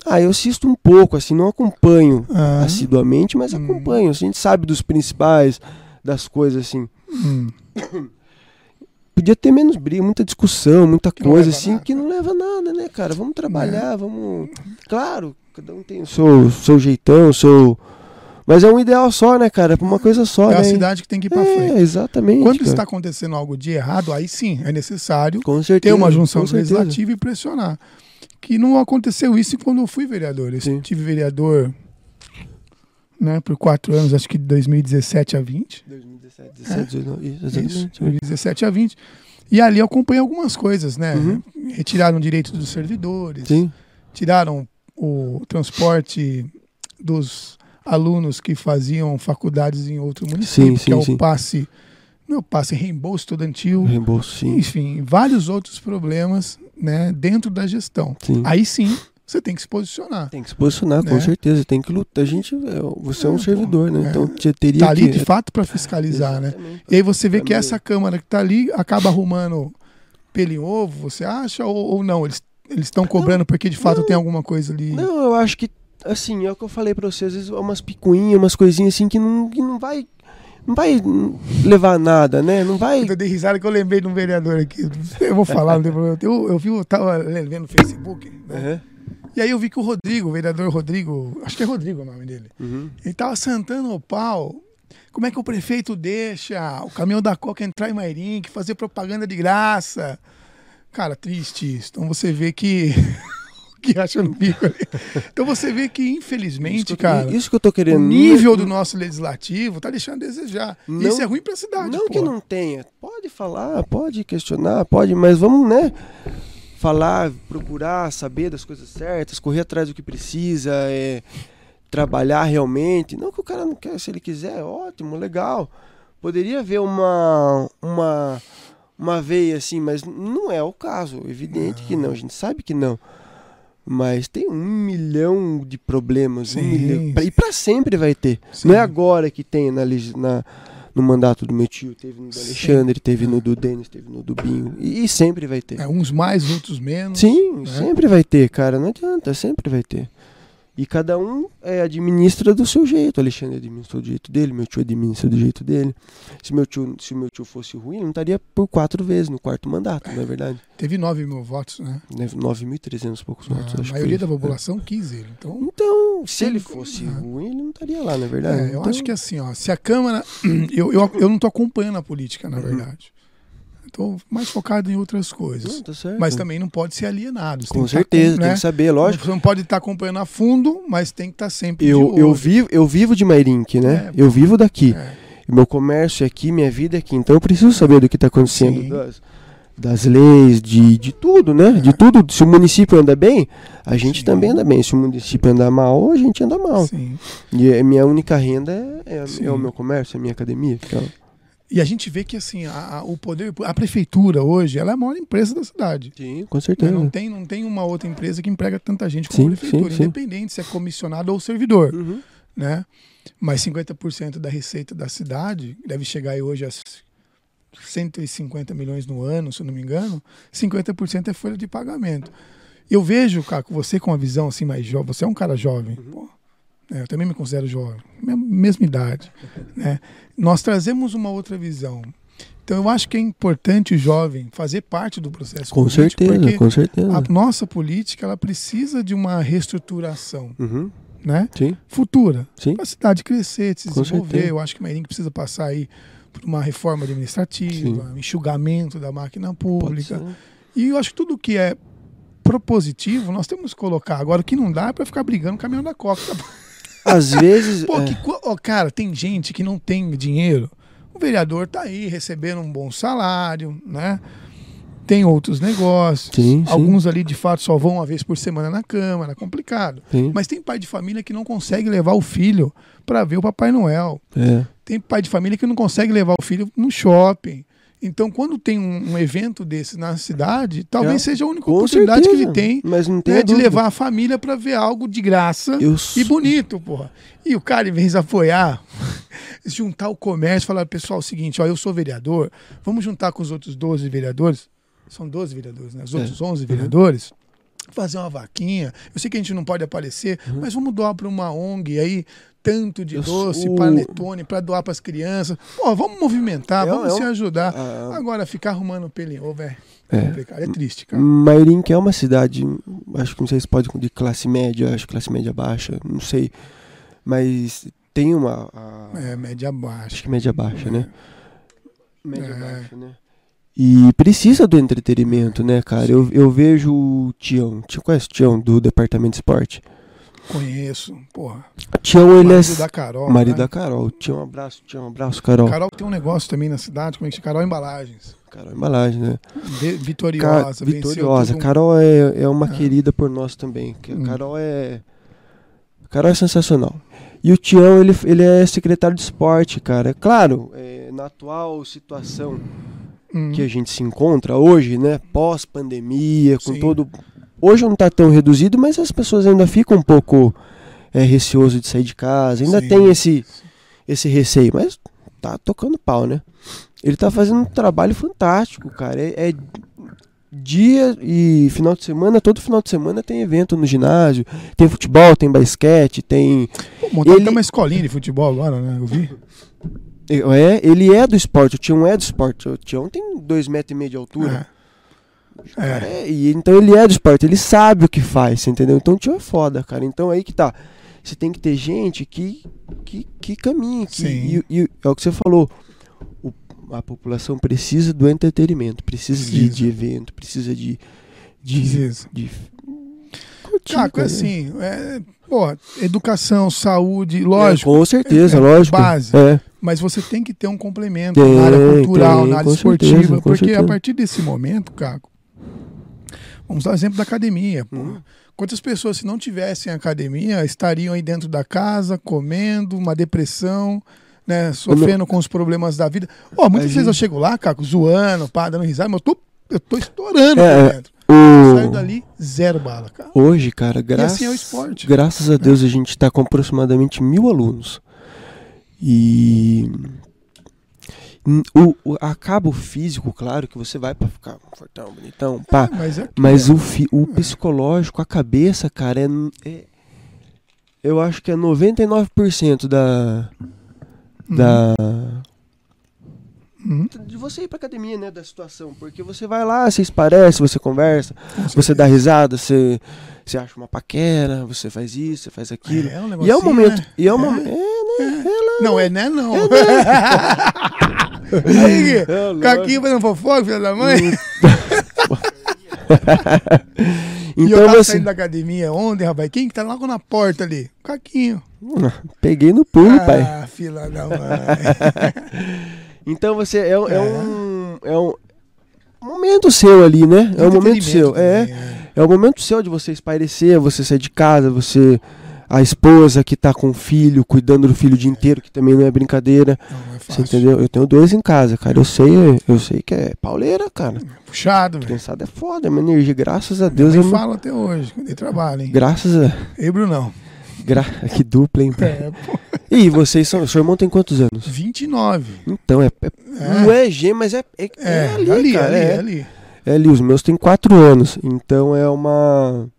Ah, eu assisto um pouco, assim, não acompanho Ah, assiduamente, mas Hum. acompanho, assim, a gente sabe dos principais das coisas assim. hum. Podia ter menos briga, muita discussão, muita Que não coisa leva a assim, nada. É. que não leva a nada, né, cara? Vamos trabalhar, vamos. Claro, cada um tem o seu, seu jeitão, o seu. Mas é um ideal só, né, cara? É pra uma coisa só, é né? a cidade que tem que ir pra é, frente. exatamente. Quando cara. está acontecendo algo de errado, aí sim é necessário Com ter certeza. uma junção com certeza. legislativa e pressionar. Que não aconteceu isso quando eu fui vereador. Eu Sim. tive vereador né, por quatro anos, acho que de 2017 a 20. 2017, 17, 19, isso, Isso, exatamente. 2017 a 20. E ali eu acompanhei algumas coisas, né? Uhum. Retiraram o direito dos servidores, Sim, tiraram o transporte dos alunos que faziam faculdades em outro município, Sim, que é sim, o sim. passe, não é o passe, é reembolso estudantil. reembolso, sim. Enfim, vários outros problemas né, dentro da gestão. sim. Aí sim, você tem que se posicionar. Tem que se posicionar, com Né? certeza. Tem que lutar. A gente, é, você é É, um pô, servidor, né? é. Então te- teria Tá ali que. de fato para fiscalizar, né? Exatamente. E aí você vê que Pra mim- essa Câmara que tá ali acaba arrumando pelo em ovo, você acha? Ou, ou não? Eles eles estão cobrando porque de fato não. tem alguma coisa ali. Não, eu acho que, assim, é o que eu falei pra vocês, às vezes é umas picuinhas, umas coisinhas assim que não, que não vai. Não vai levar a nada, né? Não vai. Eu dei risada que eu lembrei de um vereador aqui. Eu vou falar, não tem problema. Eu, eu vi, eu tava vendo no Facebook, né? Aham, E aí eu vi que o Rodrigo, o vereador Rodrigo, acho que é Rodrigo o nome dele, uhum. ele tava sentando o pau. Como é que o prefeito deixa o caminhão da Coca entrar em Mairink, fazer propaganda de graça? Cara, triste isso. Então você vê que. [LAUGHS] o que acha no bico ali. Então você vê que, Isso é que infelizmente, eu- cara, Isso que eu tô o querendo. nível do nosso legislativo tá deixando a desejar. Não- isso é ruim pra cidade. Não pô. que não tenha. Pode falar, pode questionar, pode, mas vamos, né? Falar, procurar, saber das coisas certas, correr atrás do que precisa, é, trabalhar realmente. Não que o cara não quer, se ele quiser, ótimo, legal. Poderia haver uma, uma, uma veia assim, mas não é o caso. Evidente que não, a gente sabe que não. Mas tem um milhão de problemas. Sim, um milhão- pra- sim. e para sempre vai ter. Sim. Não é agora que tem na, legis- na- no mandato do meu tio, teve no do Alexandre, teve no do Denis, teve no do Binho. E, e sempre vai ter. É, uns mais, outros menos. Sim, É. sempre vai ter, cara. Não adianta, sempre vai ter. E cada um é, administra do seu jeito. O Alexandre administrou do jeito dele, meu tio administra do jeito dele. Se meu tio, se meu tio fosse ruim, ele não estaria por quatro vezes no quarto mandato, não é verdade? Teve 9 mil votos, né? 9.300 e poucos votos, a acho que Ah, maioria foi. é. da população quis ele. Então, Então, se ele fosse ruim, ele não estaria lá, não é verdade? É, eu Então, acho que assim, ó, se a Câmara. [CLEARS THROAT] Eu, eu, eu não tô acompanhando a política, Uhum. na verdade. Estou mais focado em outras coisas. não, tá certo. é Mas também não pode ser alienado. você Com tem que tá certeza, com- tem né? que saber, lógico. Você não pode estar acompanhando a fundo, mas tem que estar sempre. de Eu, olho. eu, vivo, eu vivo de Mairink, né? É, eu vivo daqui. É, Meu comércio é aqui, minha vida é aqui. Então eu preciso saber do que está acontecendo. Sim. Das- das leis, de, de tudo, né? De tudo. Se o município anda bem, a gente É. Sim. também anda bem. Se o município andar mal, a gente anda mal. Sim. E a minha única renda é, é a- Sim. é o meu comércio, é a minha academia. Então, E a gente vê que assim, a, a- o poder, a prefeitura hoje, ela é a maior empresa da cidade. sim, com né? certeza. Não, tem, não tem uma outra empresa que emprega tanta gente como Sim, a prefeitura, sim, sim. independente se é comissionado ou servidor, Uhum. né? Mas 50% da receita da cidade deve chegar aí hoje a 150 milhões no ano, se eu não me engano. 50% é folha de pagamento. Eu vejo, Caco, você com uma visão assim mais jovem, você é um cara jovem. Uhum. pô, né? Eu também me considero jovem, me- mesma [LAUGHS] idade, né? Nós trazemos uma outra visão. Então eu acho que é importante o jovem fazer parte do processo Com político, certeza, porque com certeza. a nossa política ela precisa de uma reestruturação, Uhum. né? Sim, Futura. sim. Para a cidade crescer, se Com desenvolver. certeza. Eu acho que Mairink precisa passar aí por uma reforma administrativa, um enxugamento da máquina Pode pública. ser. E eu acho que tudo que é propositivo, nós temos que colocar. Agora, o que não dá é para ficar brigando com o caminhão da Coca. Às vezes. Pô, é, que co- ó, cara, tem gente que não tem dinheiro. O vereador tá aí recebendo um bom salário, né? Tem outros negócios. Sim, sim. Alguns ali, de fato, só vão uma vez por semana na Câmara. Complicado. sim, Mas tem pai de família que não consegue levar o filho para ver o Papai Noel. é. Tem pai de família que não consegue levar o filho no shopping. Então, quando tem um, um evento desse na cidade, talvez É, seja a única Com oportunidade certeza. que ele tem Mas não tem né, de levar a família para ver algo de graça Eu e sou- bonito, porra. E o cara, em vez de apoiar, [LAUGHS] juntar o comércio, falar, pessoal, é o seguinte, ó, eu sou vereador, vamos juntar com os outros 12 vereadores, são 12 vereadores, É. né? Os outros Uhum. 11 vereadores, fazer uma vaquinha. Eu sei que a gente não pode aparecer, mas vamos doar para uma ONG aí, tanto de Uhum. Eu doce, sou- panetone, para doar para as crianças. Pô, vamos movimentar, É, vamos é um- se ajudar. Ah. Agora, ficar arrumando pelinho, velho, é É. complicado, é triste, cara. Mairink é uma cidade, acho que não sei se pode de classe média, acho que classe média baixa, não sei. Mas tem uma. a- É, média Acho baixa. que média baixa, né? É. né? E precisa do entretenimento, né, cara? Eu, eu vejo o Tião. Ti- Conhece o Tião do Departamento de Esporte? Conheço, porra. Tião, ele Marido é. da Carol. Marido né? da Carol. Tião, um abraço, Tião, abraço, Carol. Carol tem um negócio também na cidade, como é que chama? Carol Embalagens. Carol, embalagem, né? De- Ca- vitoriosa, venceu Vitoriosa. todo um- Carol é, é uma É. querida por nós também. que a Hum. Carol é. Carol é sensacional. E o Tião, ele, ele é secretário de esporte, cara. Claro, é, na atual situação Hum, que a gente se encontra hoje, né? Pós-pandemia, com Sim. todo. Hoje não tá tão reduzido, mas as pessoas ainda ficam um pouco é, receoso de sair de casa, ainda Sim. tem esse, esse receio, mas tá tocando pau, né? Ele tá fazendo um trabalho fantástico, cara. É, é dia e final de semana, todo final de semana tem evento no ginásio, tem futebol, tem basquete, tem. Pô, montaram ele- até uma escolinha de futebol agora, né? Eu vi. É, ele é do esporte, o Tião é do esporte. O Tião tem dois metros e meio de altura. É. É. É, e então ele é do esporte, ele sabe o que faz, você entendeu? Então o tio é foda, cara. Então aí que tá. Você tem que ter gente que, que, que caminhe. Que, Sim. E, e é o que você falou. O- a população precisa do entretenimento, precisa, de- Precisa. De, evento, precisa de. de, Precisa. de Caco, né? é assim, é, porra, educação, saúde, lógico, com certeza, é, é lógico. base. É, mas você tem que ter um complemento Tem, na área cultural, tem, na área com esportiva, certeza, com porque a certeza. partir desse momento, Caco, vamos dar o exemplo da academia. porra. Hum. Quantas pessoas, se não tivessem academia, estariam aí dentro da casa, comendo, uma depressão, né, sofrendo com os problemas da vida? Ó, muitas A vezes eu gente- chego lá, Caco, zoando, pá, dando risada, mas eu tô, eu tô estourando É, aqui dentro. o- Saio dali, zero bala, cara. Hoje, cara, E graças, assim é o esporte. graças a Deus a gente está com aproximadamente mil alunos. E n- o, o- acaba o físico, claro, que você vai para ficar fortão, bonitão, pá. Mas, é aqui, Mas né? o, fi- o psicológico, a cabeça, cara, é, n- é- eu acho que é 99% da da Uhum. de você ir pra academia, né, da situação, porque você vai lá, você esparece, você conversa, você dá risada, você você acha uma paquera, você faz isso, você faz aquilo. É, um e é o negocinho, momento, né? e é o É. momento, é, né? Não, é né não. [LAUGHS] Aí, É, lógico. [LAUGHS] Caquinho fazendo fofoca, filho da mãe. e eu Então tava você saindo da academia ontem, rapaz. Quem que tá logo na porta ali? O Caquinho. [LAUGHS] peguei no pulo, pai. Ah, filha da mãe. Então você é, é um. É um. um é momento seu ali, né? É o momento Entretenimento seu. É, também, é o momento seu de você espairecer, você sair de casa, você. A esposa que tá com o filho, cuidando do filho o dia inteiro, que também não é brincadeira. Não, não é Você fácil. entendeu? Eu tenho dois em casa, cara. Eu sei, eu sei que é pauleira, cara. Puxado, velho. Criançada é foda, é uma energia. Graças a Deus. Eu Eu não- falo até hoje, que eu dei trabalho, hein? Graças a. Ei, Brunão. Gra... [LAUGHS] Que dupla, hein? É, pô, E vocês são. Seu irmão tem quantos anos? 29. Então, é. é- É. Não é G, mas é. É, É, é ali, ali, ali, cara. é. ali, ali. É ali, os meus têm 4 anos. Então é uma.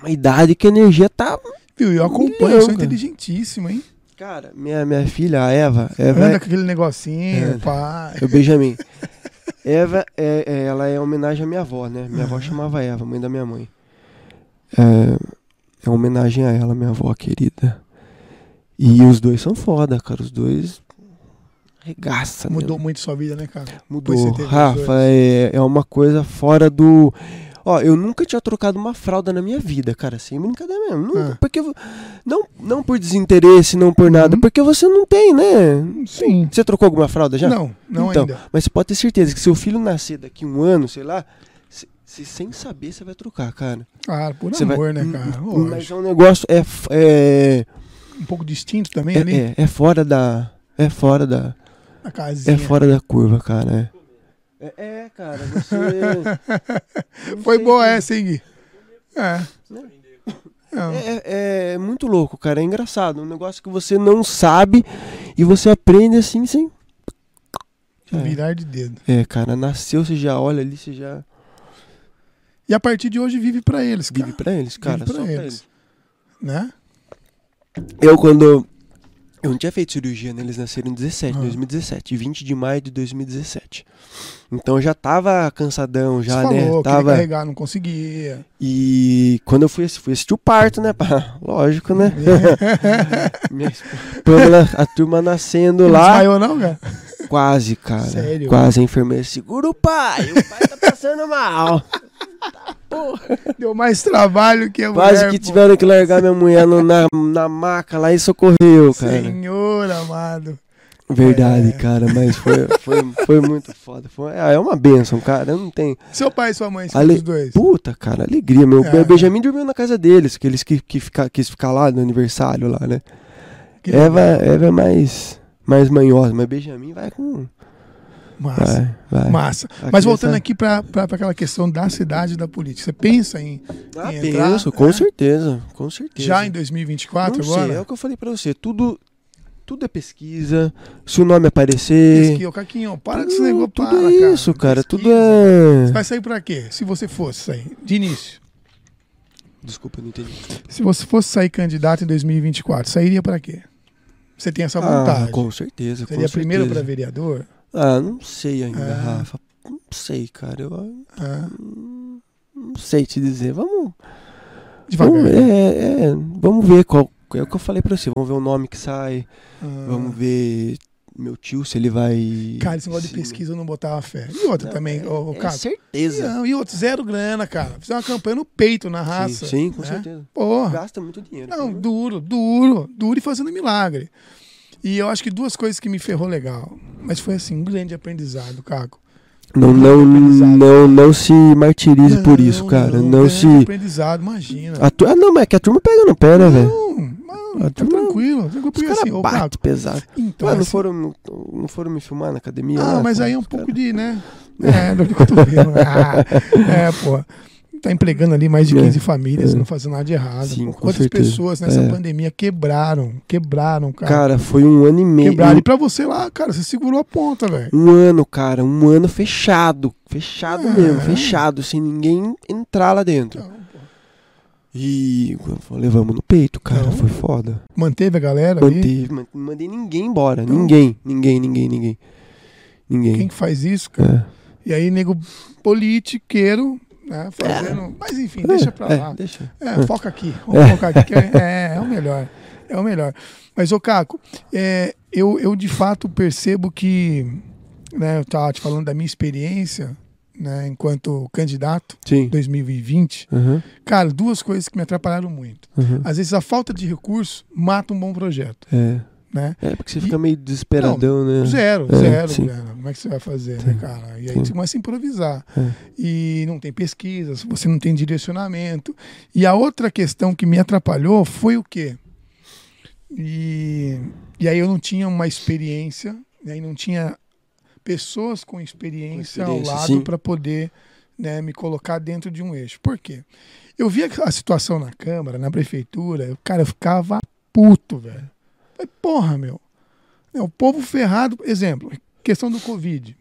Uma idade que a energia tá. Viu, eu acompanho, Milhão, eu sou cara. inteligentíssimo, hein? Cara, minha, minha filha, a Eva. Eva Anda é, com aquele negocinho, É. pá. é o Benjamin. [LAUGHS] Eva, é, é- ela é homenagem à minha avó, né? Minha avó chamava Eva, mãe da minha mãe. É, é uma homenagem a ela, minha avó querida. E os dois são foda, cara. Os dois. Regaça, mesmo. Mudou muito sua vida, né, cara? Mudou. Depois você teve os Rafa, é, é uma coisa fora do. Ó, eu nunca tinha trocado uma fralda na minha vida, cara, sem brincadeira mesmo. Nunca, Ah. porque vo- não, não por desinteresse, não por nada, Uhum. porque você não tem, né? Sim. Você trocou alguma fralda já? Não, não então, ainda. Mas você pode ter certeza que seu filho nascer daqui um ano, sei lá, se, se sem saber você vai trocar, cara. Cara, por Você amor, vai... né, cara? Hum, Mas Lógico. é um negócio é f- é Um pouco distinto também ali, é, é, é fora da é fora da a casinha. É fora da curva, cara. É, é, é, cara, você. [LAUGHS] Não Foi sei, boa cara. essa, hein, Gui? É. um Não. É, é- é muito louco, cara. É engraçado. Um negócio que você não sabe e você aprende assim sem. Um virar de dedo. É, cara, nasceu, você já olha ali, você já E a partir de hoje vive pra eles, cara. vive pra eles, cara. pra só pra eles. eles. Né? Eu, quando. Eu não tinha feito cirurgia, né? Eles nasceram em 17, Ah. 2017. 20 de maio de 2017. Então eu já tava cansadão, Você já, falou, né? que queria Tava. carregar, não [LAUGHS] conseguia. E quando eu fui, assi- fui assistir o parto, né? [LAUGHS] pá? Lógico, né? É. Minha esposa, a turma nascendo Não lá. desmaiou, não, cara? Quase, cara. Sério? Quase a enfermeira. Segura o pai, o pai tá passando mal. Deu mais trabalho que a Quase [LAUGHS] mulher, que pô. tiveram que largar minha mulher no- na, na maca lá e socorreu, cara. Senhor amado. Verdade, É. cara, mas foi, foi, foi muito foda. Foi, é uma benção, cara. Eu não tenho. Seu pai e sua mãe, são Ale- os dois. Puta, cara, alegria. Meu É. Benjamin dormiu na casa deles, que eles que, que fica, quis ficar lá no aniversário lá, né? Que Eva, Eva é mais, mais manhosa, mas Benjamin vai com. Massa. Vai, vai. Massa. Mas A é- Tá criança- né? voltando aqui para aquela questão da cidade e da política. Você pensa em Ah, entrar, penso, com né? certeza, com certeza. já em 2024 Não agora? sei, é o que eu falei pra você. Tudo, tudo é pesquisa. Se o nome aparecer. Isso aqui, ô, Caquinho, para com tudo, esse negócio. tudo para, é isso, cara. Pesquisa. Tudo é. Você vai sair pra quê? Se você fosse sair, de início. Desculpa, eu não entendi. Se você fosse sair candidato em 2024, sairia pra quê? Você tem essa vontade. Ah, com certeza. Seria com primeiro pra certeza. vereador? Ah, não sei ainda, Ah. Rafa. Não sei, cara. Eu hum, Ah, não sei te dizer. Vamos. devagar. Vamos, é, é, vamos ver qual. É o que eu falei pra você. Vamos ver o nome que sai. Ah. Vamos ver meu tio se ele vai. Cara, esse negócio de se- pesquisa eu não botava fé. E outra Não, também, é- ô, ô, é Caco. certeza. Não, e outro, zero grana, cara. Fizer uma campanha no peito, na raça. Sim, sim, com né? certeza. Porra. Gasta muito dinheiro. Não, né? duro, duro, duro e fazendo milagre. E eu acho que duas coisas que me ferrou legal. Mas foi assim, um grande aprendizado, Caco. Não, não, não, não se martirize por isso, cara. Não, grande se. é aprendizado, imagina. A tu... Ah, não, mas é que a turma pega no pé, né, velho? Não, mano, A tá turma- tranquilo. tranquilo Os porque assim, caras ô batem Caco. pesado. Então, Ué, não, assim, foram, não foram me filmar na academia? ah, lá, mas pô? aí é um Os pouco caras- de, [LAUGHS] né? É, dor de cotovelo. Ah, [LAUGHS] é, pô. Tá empregando ali mais de É, 15 famílias, é. não fazendo nada de errado. Sim, pô. com Quantas certeza. pessoas nessa É. pandemia quebraram, quebraram, cara. Cara, foi um ano e meio. Quebraram. E pra você lá, cara, você segurou a ponta, velho. Um ano, cara. Um ano fechado. Fechado Ah. mesmo. Fechado. Sem ninguém entrar lá dentro. Então, pô. E levamos no peito, cara. Não. Foi foda. Manteve a galera ali. Manteve, man- não mandei ninguém embora. Então- Ninguém, ninguém, ninguém, ninguém. Ninguém. Quem que faz isso, cara? É. E aí, nego politiqueiro, né? Fazendo. Mas enfim, deixa pra É, lá. deixa. É, foca aqui. Vamos focar aqui, que é, é, é o melhor. É o melhor. Mas, ô Caco, é, eu, eu de fato percebo que, né, eu tava te falando da minha experiência, né, enquanto candidato Sim. 2020. Aham, Cara, duas coisas que me atrapalharam muito. aham. Às vezes a falta de recurso mata um bom projeto, É. né? É, porque você E- fica meio desesperadão, né? Zero, É, zero, sim. cara. Como é que você vai fazer, Sim. né, cara? E aí Sim. você começa a improvisar. É. E não tem pesquisas, você não tem direcionamento. E a outra questão que me atrapalhou foi o quê? E, e aí eu não tinha uma experiência, né, e aí não tinha pessoas com experiência, Com experiência, ao sim. lado para poder né, me colocar dentro de um eixo. Por quê? Eu via a situação na Câmara, na Prefeitura, eu- cara, eu ficava puto, velho. Falei, porra, meu. Né, O povo ferrado, exemplo, questão do Covid.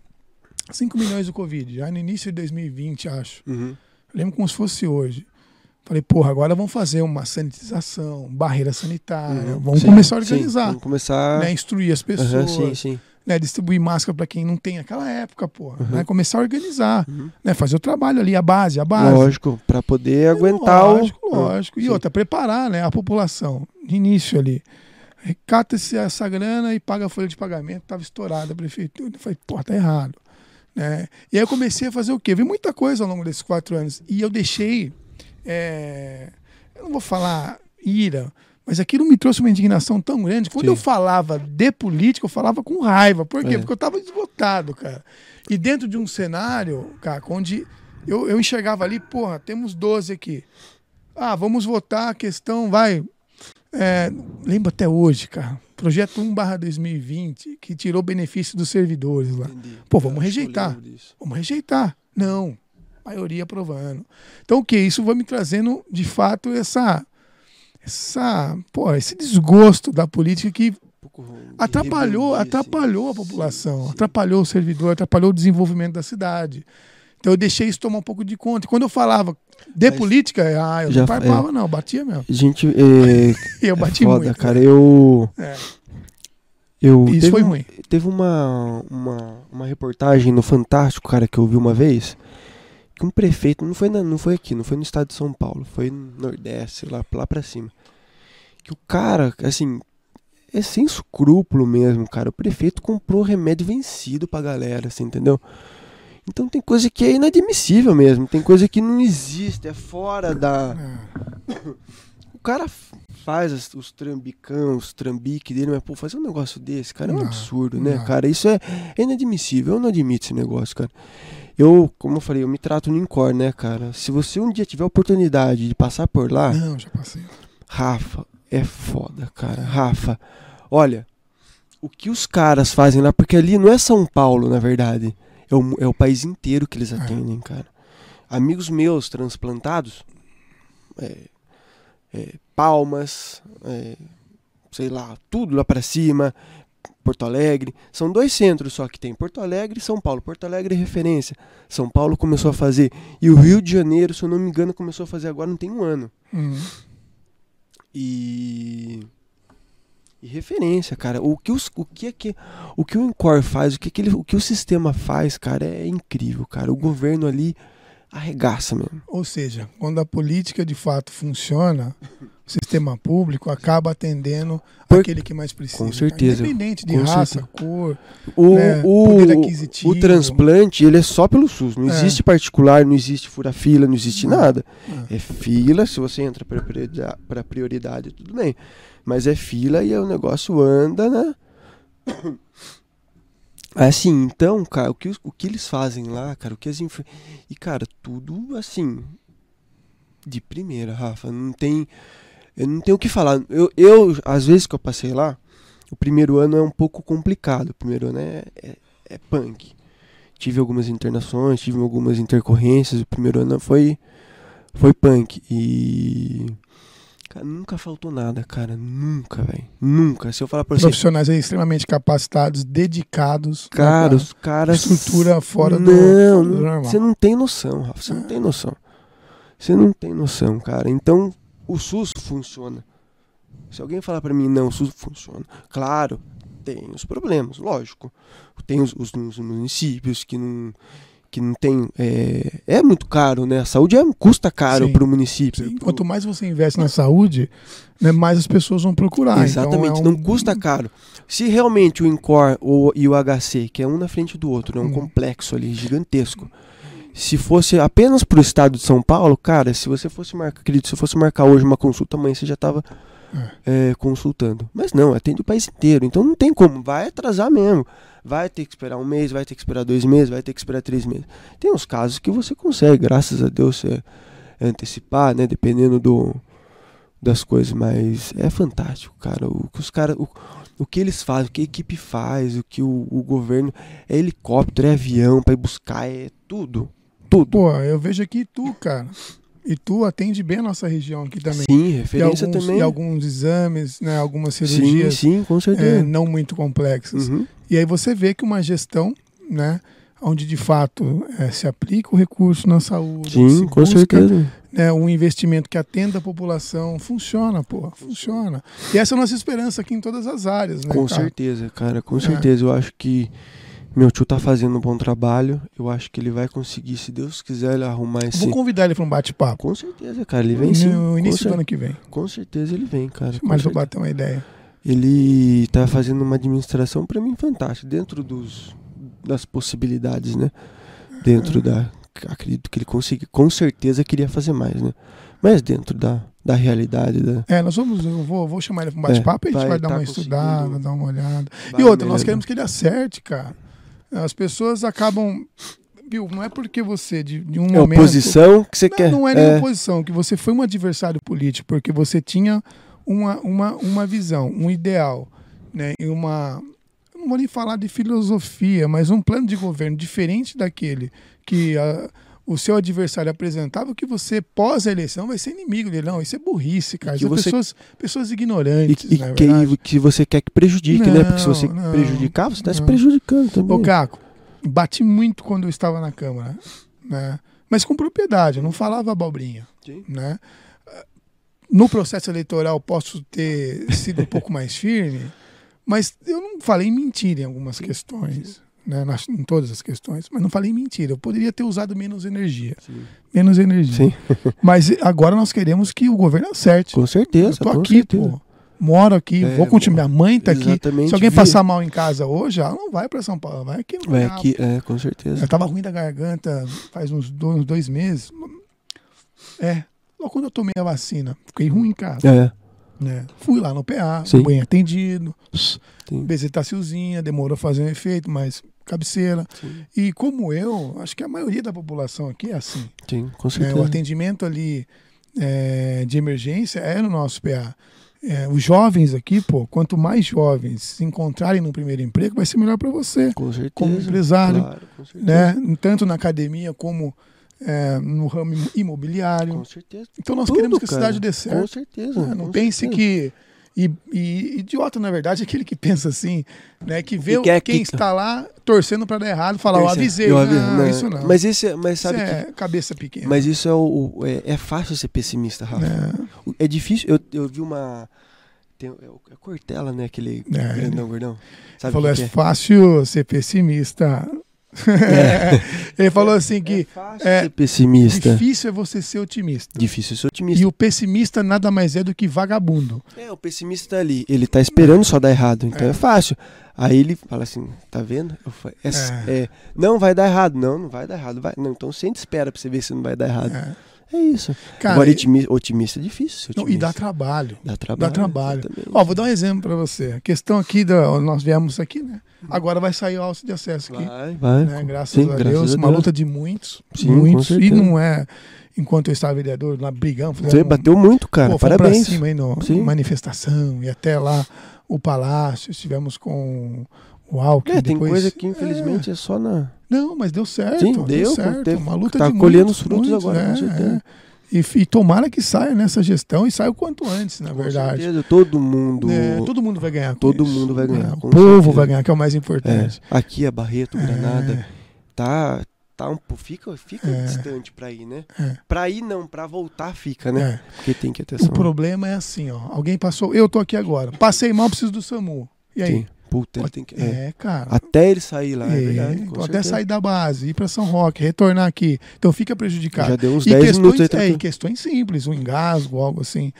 5 milhões do Covid, já no início de 2020, acho. Uhum. Eu lembro como se fosse hoje. Falei, porra, agora vão fazer uma sanitização, barreira sanitária, Uhum. ah, vamos Sim, começar a sim, organizar, Vamos começar. né, instruir as Aham, pessoas, sim, sim. né, distribuir máscara para quem não tem naquela época, porra. Uhum. né, começar a organizar, Uhum. né, fazer o trabalho ali, a base, a base. Lógico, pra poder aguentar É Lógico, o. Ah, lógico. E Sim. outra, preparar né, a população de início ali. Recata -se essa grana e paga a folha de pagamento, estava estourada a prefeitura. Eu falei, pô, tá errado. Né? E aí eu comecei a fazer o quê? Vi muita coisa ao longo desses quatro anos. E eu deixei. é, Eu não vou falar ira, mas aquilo me trouxe uma indignação tão grande. Quando Sim. eu falava de política, eu falava com raiva. Por quê? É. Porque eu estava esgotado, cara. E dentro de um cenário, cara, onde eu, eu enxergava ali, porra, temos 12 aqui. Ah, vamos votar a questão, vai. É, lembro até hoje, cara. Projeto 1 2020, que tirou benefício dos servidores lá. Entendi. Pô, vamos Eu acho que eu rejeitar. lembro disso. Vamos rejeitar. Não. Maioria aprovando. Então, o que? Isso vai me trazendo, de fato, essa. Essa, pô, esse desgosto da política que Um pouco de atrapalhou, rebeldia, assim. atrapalhou a população, Sim, sim. atrapalhou o servidor, atrapalhou o desenvolvimento da cidade. Então eu deixei isso tomar um pouco de conta. E Quando eu falava de Mas- política, ah, eu Já não fa- parpava, não, batia mesmo. [LAUGHS] Gente, é, E eu é bati foda, muito. cara. Eu. É. eu E teve Isso foi um- ruim. Teve uma, uma, uma reportagem no Fantástico, cara, que eu vi uma vez. Que um prefeito, não foi, na- não foi aqui, não foi no estado de São Paulo, foi no Nordeste, lá, lá pra cima. Que o cara, assim, é sem escrúpulo mesmo, cara. O prefeito comprou remédio vencido pra galera, assim, entendeu? Então tem coisa que é inadmissível mesmo, tem coisa que não existe, é fora da. Ah, O cara f- faz as- os trambicão, os trambiques dele, mas, pô, fazer um negócio desse, cara, é um Não, absurdo, né, não. cara? Isso é, é inadmissível. Eu não admito esse negócio, cara. Eu, como eu falei, eu me trato no Incor, né, cara? Se você um dia tiver a oportunidade de passar por lá, Ah, Não, já passei. Rafa, é foda, cara. Rafa, olha, o que os caras fazem lá, porque ali não é São Paulo, na verdade. É o, é o país inteiro que eles É. atendem, cara. Amigos meus transplantados, é, é, palmas, é, sei lá, tudo lá pra cima, Porto Alegre. São dois centros só que tem, Porto Alegre e São Paulo. Porto Alegre é referência. São Paulo começou a fazer. E o Rio de Janeiro, se eu não me engano, começou a fazer agora, não tem um ano. Hum. E. E referência, cara. O que, os, o que é que o que o Encore faz, o que, que ele, o que o sistema faz, cara, é incrível, cara. O governo ali arregaça mesmo. Ou seja, quando a política de fato funciona, o sistema público acaba atendendo Por- aquele que mais precisa. cara. certeza. Independente de Com raça, certeza. cor. O, Né, poder o, aquisitivo. o transplante, ele é só pelo SUS. Não É. existe particular, não existe fura-fila, não existe Não. nada. Ah, É fila, se você entra pra priorida- pra prioridade, tudo bem. Mas é fila e aí o negócio anda, né? [COUGHS] Assim, então, cara, o que, os- o que eles fazem lá, cara, o que as inf... E, cara, tudo assim. De primeira, Rafa. Não tem. Eu não tenho o que falar. Eu, eu, às vezes que eu passei lá, o primeiro ano é um pouco complicado. O primeiro ano é, é, é punk. Tive algumas internações, tive algumas intercorrências. O primeiro ano foi foi punk e cara, nunca faltou nada, cara, nunca, velho, nunca. Se eu falar para você, profissionais aí extremamente capacitados, dedicados. né, cara, os cara? caras estrutura fora do, não, do não, normal. você não tem noção, Rafa, você não tem noção. Você não tem noção, cara. Então, o SUS funciona. Se alguém falar pra mim, não, o SUS funciona. Claro, tem os problemas, lógico. Tem os, os- os municípios que não, que não tem... É, é muito caro, né? A saúde é, custa caro Sim. pro município. Sim, pro- Quanto mais você investe na saúde, né, mais as pessoas vão procurar. Exatamente, então é um- não custa caro. Se realmente o Incor ou, e o HC, que é um na frente do outro, é um Hum. complexo ali gigantesco. Se fosse apenas pro estado de São Paulo, cara, se você fosse marcar, querido, se eu fosse marcar hoje uma consulta, amanhã você já tava é, consultando. Mas não, atende o país inteiro. Então não tem como, vai atrasar mesmo. Vai ter que esperar um mês, vai ter que esperar dois meses, vai ter que esperar três meses. Tem uns casos que você consegue, graças a Deus, é, você antecipar, né? Dependendo do, das coisas, mas é fantástico, cara. O que os cara, o, o que eles fazem, o que a equipe faz, o que o, o governo é helicóptero, é avião para ir buscar, é tudo, tudo. Pô, eu vejo aqui tu, cara. E tu atende bem a nossa região aqui também. Sim, E referência alguns, também. e alguns exames, né, algumas sim, cirurgias sim, com é, certeza. não muito complexas. Uhum. E aí você vê que uma gestão, né, onde de fato é, se aplica o recurso na saúde, onde se Sim, com busca, certeza. né, um investimento que atenda a população, funciona, pô, funciona. E essa é a nossa esperança aqui em todas as áreas, né, Com cara? certeza, cara, É. com certeza. Eu acho que meu tio tá fazendo um bom trabalho. Eu acho que ele vai conseguir, se Deus quiser, ele arrumar esse. Vou convidar ele para um bate-papo Com certeza, cara, ele vem sim. no Com início do cer- ano que vem. Com certeza ele vem, cara. com Mas vou certeza. bater uma ideia. ele tá fazendo uma administração para mim fantástica dentro dos das possibilidades, né? Dentro da acredito que ele consiga, com certeza queria fazer mais, né? Mas dentro da, da realidade da É, nós vamos, eu vou, vou chamar ele para um bate-papo, a gente vai vai, dar tá uma estudada, conseguindo- dar uma olhada. Vai e outra, nós melhorando. queremos que ele acerte, cara. As pessoas acabam. Viu, não é porque você, de, de um é momento. oposição que você Não, quer. não é nem oposição, que você foi um adversário político, porque você tinha uma, uma, uma visão, um ideal, né? E uma. eu Não vou nem falar de filosofia, mas um plano de governo diferente daquele que ah, o seu adversário apresentava, que você, pós-eleição, vai ser inimigo dele. Não, isso é burrice, cara. que Isso é você- pessoas, pessoas e, ignorantes, e na que, é verdade. e que você quer que prejudique, né? Porque se você Não, não, prejudicar, você tá se não. prejudicando também. né? Ô, Caco, bati muito quando eu estava na Câmara, né? Mas com propriedade, eu não falava abobrinha, Sim. né? Ah, No processo eleitoral posso ter sido um pouco mais firme, mas eu não falei mentira em algumas questões, né? Nas, em todas as questões, mas não falei mentira. Eu poderia ter usado menos energia, Sim. menos energia. Sim. Mas agora nós queremos que o governo acerte. Com certeza. Eu tô com aqui, certeza. pô. Moro aqui, É, vou continuar. Minha mãe tá aqui. Exatamente, Se alguém vi. passar mal em casa hoje, ela não vai pra São Paulo, vai aqui no Vai Cabo. aqui, é, com certeza. Eu tava ruim da garganta faz uns dois, uns dois meses. É, logo quando eu tomei a vacina, fiquei ruim em casa. É, Né? Fui lá no PA, Sim. bem atendido, tem- bezetacilzinha, demorou a fazer um efeito, mas cabeceira. Sim. E como eu, acho que a maioria da população aqui é assim. tem, com né? certeza. O atendimento ali é, de emergência é no nosso PA. É, os jovens aqui, pô, quanto mais jovens se encontrarem no primeiro emprego, vai ser melhor para você, Com certeza. como empresário, Claro, com certeza. né? Tanto na academia como é, no ramo im- Com imobiliário. certeza. Então nós Tudo, queremos que a cara. cidade dê Com certo. certeza. né? Não com pense certeza. que e, e- idiota na verdade é aquele que pensa assim, né? Que vê Que quer quem que- está lá torcendo para dar errado, fala, eu avisei, Eu avi- não, isso não. Mas esse, é- mas isso sabe que- é cabeça pequena. mas isso é o, o- é, é fácil ser pessimista, Rafa. É, O- É difícil. Eu, eu vi uma tem, é o- é Cortella, né, aquele É, grandão gordão. Sabe falou, quem é que é? fácil ser pessimista. [LAUGHS] Ele falou assim É que fácil é ser pessimista. difícil é você ser otimista. Difícil ser otimista. E o pessimista nada mais é do que vagabundo. É, o pessimista tá ali, ele tá esperando só dar errado, então É. é, fácil. Aí ele fala assim, tá vendo? Eu fa- é s- É. é, não vai dar errado, não, não vai dar errado, vai. Não, então sente espera pra você ver se não vai dar errado. É. É, isso. Cara, Agora, e- otimi- otimista é difícil. ser Não, e otimista. dá trabalho. Dá trabalho. Dá trabalho. exatamente. Ó, vou dar um exemplo para você. A questão aqui, da, nós viemos aqui, né? Agora vai sair o alce de acesso aqui. Vai, vai. né? com- Graças, sim, a, Deus, Uma luta de muitos. Sim, muitos. com E certeza. não é, enquanto eu estava vereador, lá brigamos. Você fizemos- um- bateu muito, cara. Pô, fomos Parabéns. pra cima aí no, Sim. manifestação e até lá o palácio. Estivemos com o Alckmin. É, tem depois- coisa que infelizmente é, só na. Não, mas deu certo. Sim, deu, deu, certo. teve- uma luta tá de colhendo muitos, os frutos muitos, agora, com é, certeza. é. E, e tomara que saia nessa gestão e saia o quanto antes, na Com verdade. certeza, todo mundo. É, todo mundo vai ganhar. com Todo isso, mundo vai ganhar, né? O com povo certeza. vai ganhar, que é o mais É, importante. aqui é Barreto, Granada. É. tá tá um pouco fica fica É. distante pra ir, né? É. Pra ir não, pra voltar fica, né? É. Porque tem que atenção. O problema é assim, ó. Alguém passou. Eu tô aqui agora. Passei mal, preciso do SAMU. E aí? tem. Puta, ele tem que é. É, cara. até ele sair lá, é, É, verdade. com até certeza. sair da base, ir pra São Roque, retornar aqui. Então fica prejudicado. Já deu uns E 10 questões, minutos aí tá é, e tranquilo. questões simples, um engasgo, algo assim.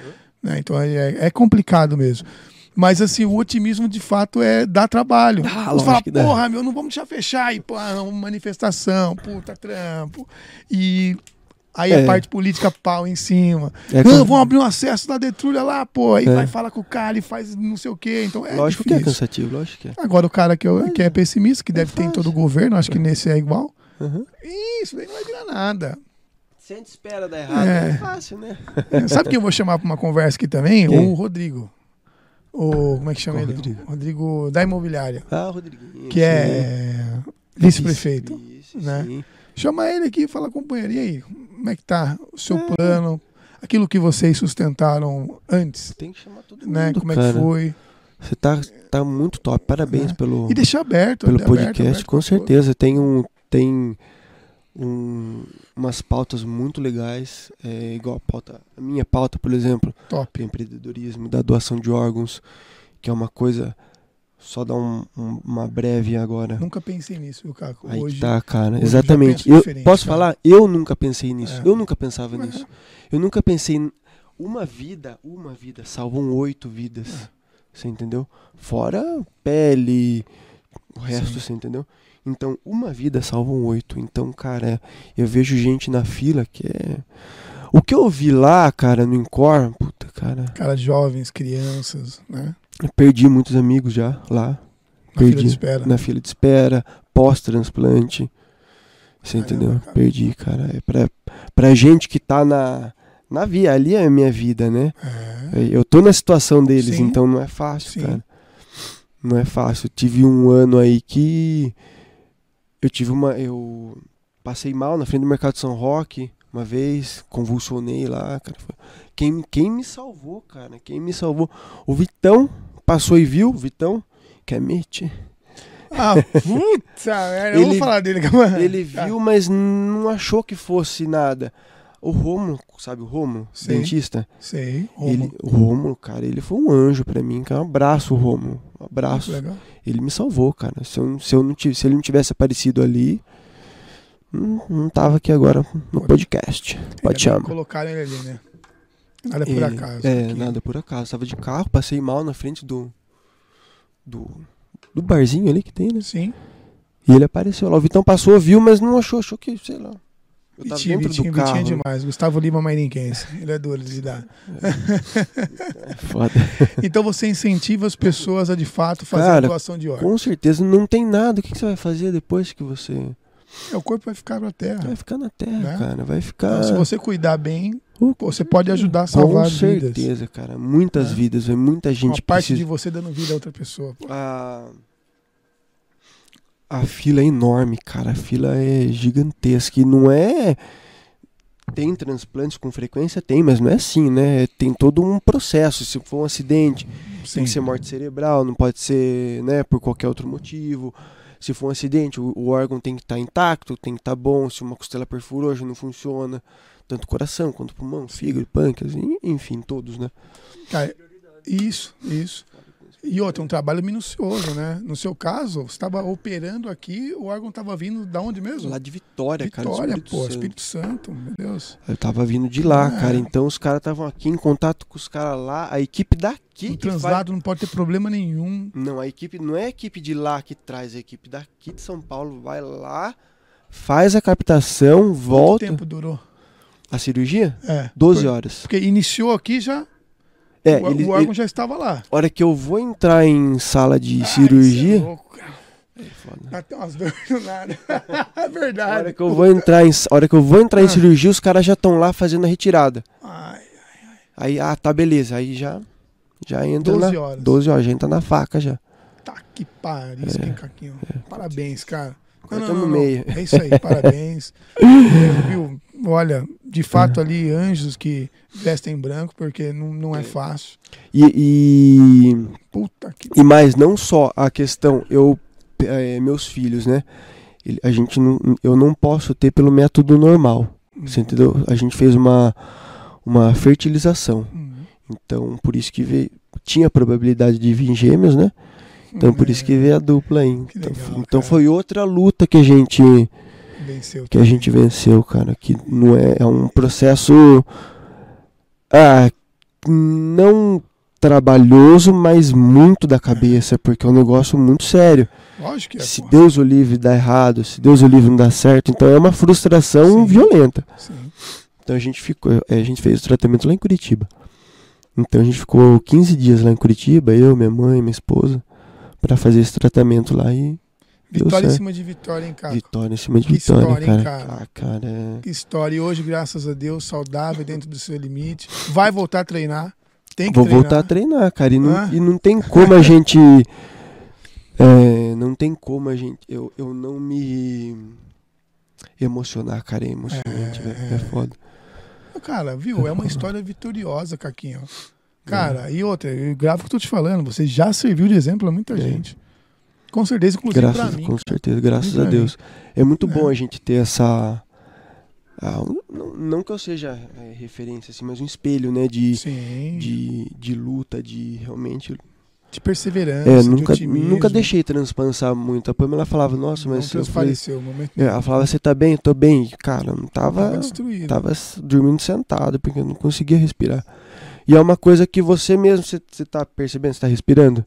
né? Então é, é complicado mesmo. Mas assim, o otimismo de fato é dar trabalho. Dá, Você lógico fala, que dá. porra, ah, meu, não vamos deixar fechar e pô, ah, uma manifestação, puta trampo. E Aí É. a parte política pau em cima. É não, com- vão abrir um acesso da detrulha lá, pô. Aí É. vai falar com o cara e faz não sei o quê. Então é lógico que é difícil. cansativo, lógico que é. Agora o cara que, eu- que é pessimista, que deve ter em todo o governo, acho que nesse é igual. Uhum. Isso daí não vai virar nada. Sente espera dar errado, É. é, fácil, né? É, Sabe quem eu vou chamar pra uma conversa aqui também? Quem? O Rodrigo. O, como é que chama Qual ele? Rodrigo? Rodrigo da Imobiliária, Ah, Rodriguinho. que é sim. vice-prefeito. Isso, né? sim. Chama ele aqui e fala, companheiro, e aí? Como é que tá o seu plano? Aquilo que vocês sustentaram antes, Tem que chamar todo mundo. né? Como é que cara. foi? Você tá, tá muito top. Parabéns É. pelo, E deixar é aberto. pelo aberto, podcast, aberto com pra certeza. Tem, um, tem um, umas pautas muito legais, é, igual a, pauta, a minha pauta, por exemplo, todos. Top. do empreendedorismo, da doação de órgãos, que é uma coisa. Só dar um- um- uma breve agora. Nunca pensei nisso, viu, Caco? Aí Hoje, que tá, cara. hoje eu já Exatamente. penso Eu diferente, posso cara. falar? Eu nunca pensei nisso. É. Eu nunca pensava É. nisso. Eu nunca pensei. n- Uma vida, uma vida, salvam oito É. vidas. Você entendeu? Fora pele, o resto, Sim. você entendeu? Então, uma vida salvam oito. Então, cara, eu vejo gente na fila que é. O que eu vi lá, cara, no Incor, puta, cara. cara, jovens, crianças, né? eu perdi muitos amigos já lá. Na fila Perdi. Né? de espera. na fila de espera, pós-transplante. Você Caramba, entendeu? cara. Perdi, cara. É pra, pra gente que tá na, na via, ali é a minha vida, né? É. Eu tô na situação deles, Sim. então não é fácil, Sim. cara. Não é fácil. Tive um ano aí que eu tive uma. Eu passei mal na frente do mercado de São Roque uma vez, convulsionei lá, cara. Foi- Quem, quem me salvou, cara? Quem me salvou? O Vitão passou e viu, Vitão, que é mete. Ah, puta [LAUGHS] merda. Eu vou Ele- falar dele, [LAUGHS] calma. Ele Tá. viu, mas não achou que fosse nada. O Romulo, sabe o Romulo? Sim. Dentista? Sei. Ele, o Romulo, cara, ele foi um anjo pra mim, cara. Um abraço, Romulo. Um abraço. Legal. Ele me salvou, cara. Se, eu, se, eu não tive, se ele não tivesse aparecido ali, não, não tava aqui agora no Pode- podcast. Ainda Pode bem chamar. que Colocaram ele ali, né? Nada por Ele- acaso. É, Que- nada por acaso. Tava de carro, passei mal na frente do. do. do barzinho ali que tem, né? Sim. E ele apareceu lá. O Vitão passou, viu, mas não achou, achou que, sei lá. Eu tava Vitinho, dentro Vitinho, do carro. Vitinho é demais. Gustavo Lima Mairinquense. Ele é duro de lidar. É [LAUGHS] Foda. Então você incentiva as pessoas a de fato fazer Cara, a doação de órgãos. Com certeza não tem nada. O que, que você vai fazer depois que você. É, O corpo vai ficar pra terra. Vai ficar na terra, Né? É, cara. Vai ficar. Então, se você cuidar bem, Uh, você pode ajudar a Com salvar vidas. certeza, cara. Muitas Né? vidas, vai muita Uma gente parte de precisa. você dando vida a outra pessoa. pô. A... a fila é enorme, cara. A fila é gigantesca. E não é. Tem transplantes com frequência? Tem, mas não é assim, né? Tem todo um processo. Se for um acidente, Tem Sim. que ser morte cerebral, não pode ser, né, por qualquer outro motivo. Se for um acidente, o, o órgão tem que estar intacto, tem que estar bom. Se uma costela perfurou, já não funciona. Tanto coração quanto pulmão, fígado, pâncreas, en- enfim, todos, né? Cara, isso, isso. E outro, é um trabalho minucioso, né? No seu caso, você estava operando aqui, o órgão estava vindo da onde mesmo? Lá de Vitória, cara. do Vitória, pô, Santo. Espírito Santo, meu Deus. Eu tava vindo de lá, Ah. cara. Então os caras estavam aqui em contato com os caras lá. A equipe daqui O que faz- translado não pode ter problema nenhum. Não, a equipe não é a equipe de lá que traz, é a equipe daqui de São Paulo vai lá, faz a captação, Quanto volta. tempo durou? A cirurgia? É. 12 Foi- horas. Porque iniciou aqui já, É, o, ele, o órgão ele- já estava lá. hora que eu vou entrar em sala de Ai, cirurgia. isso é louco, cara. É foda. Dá até umas dores do nada. [LAUGHS] É A verdade. hora que eu vou entrar em, a hora que eu vou entrar em Ah. cirurgia, os caras já estão lá fazendo a retirada. Ai, Aí, ah, tá, beleza. Aí já, já entra 12 na, horas. 12 horas, já entra na faca já. tá que pariu, isso, hein, Caquinho. Parabéns, cara. Não, não, Corta É. tá no não, não. meio. É isso aí, [LAUGHS] parabéns. Eu, viu, olha, de fato ali, anjos que vestem branco, porque não, não é fácil. E, e, Puta que. e mais, não só a questão, eu, eh, meus filhos, né? Ele- A gente não, eu não posso ter pelo método normal. Você Uhum. entendeu? A gente fez uma, uma fertilização. Hum, Então, por isso que veio, tinha probabilidade de vir gêmeos, né? Então, por é, isso que veio a dupla aí. Que Então, legal, f- então cara. foi outra luta que a gente É, Venceu. que a gente venceu, cara, que não é, é um processo ah, não trabalhoso, mas muito da cabeça, porque é um negócio muito sério. Lógico que é. Se pô. Deus o livre dá errado, se Deus o livre não dá certo, então é uma frustração Sim. violenta. Sim. Então a gente ficou, a gente fez o tratamento lá em Curitiba. Então a gente ficou 15 dias lá em Curitiba, eu, minha mãe, minha esposa, para fazer esse tratamento lá e deu Vitória em certo. cima de vitória, hein, cara? Vitória em cima de Que vitória, história, hein, cara. cara? Ah, cara, é- Que história. E hoje, graças a Deus, saudável dentro do seu limite. Vai voltar a treinar. Tem que vou treinar. voltar a treinar, cara. E não, Ah. e não tem como [LAUGHS] a gente. é, não tem como a gente. Eu, eu não me emocionar, cara. É emocionante, É. velho. É foda. Cara, viu? É uma história vitoriosa, Caquinho. Cara, É. e outra, eu gravo o que eu tô te falando. Você já serviu de exemplo a muita É. gente. Com certeza, inclusive Graças, pra mim. com certeza, graças a pra Deus. É muito É. bom a gente ter essa. ah, um- não, não que eu seja é, referência, assim, mas um espelho, né? De, Sim. De, de, de luta, de realmente. perseverança, É, assim, de nunca, otimismo. nunca deixei transpassar muito. A Pamela falava, nossa, Não mas eu falei, transpareceu. O momento É, Ela falava, você tá bem? Tô bem. Cara, não tava tava. destruído. Tava s- dormindo sentado, porque eu não conseguia respirar. E é uma coisa que você mesmo, você, você tá percebendo, você tá respirando?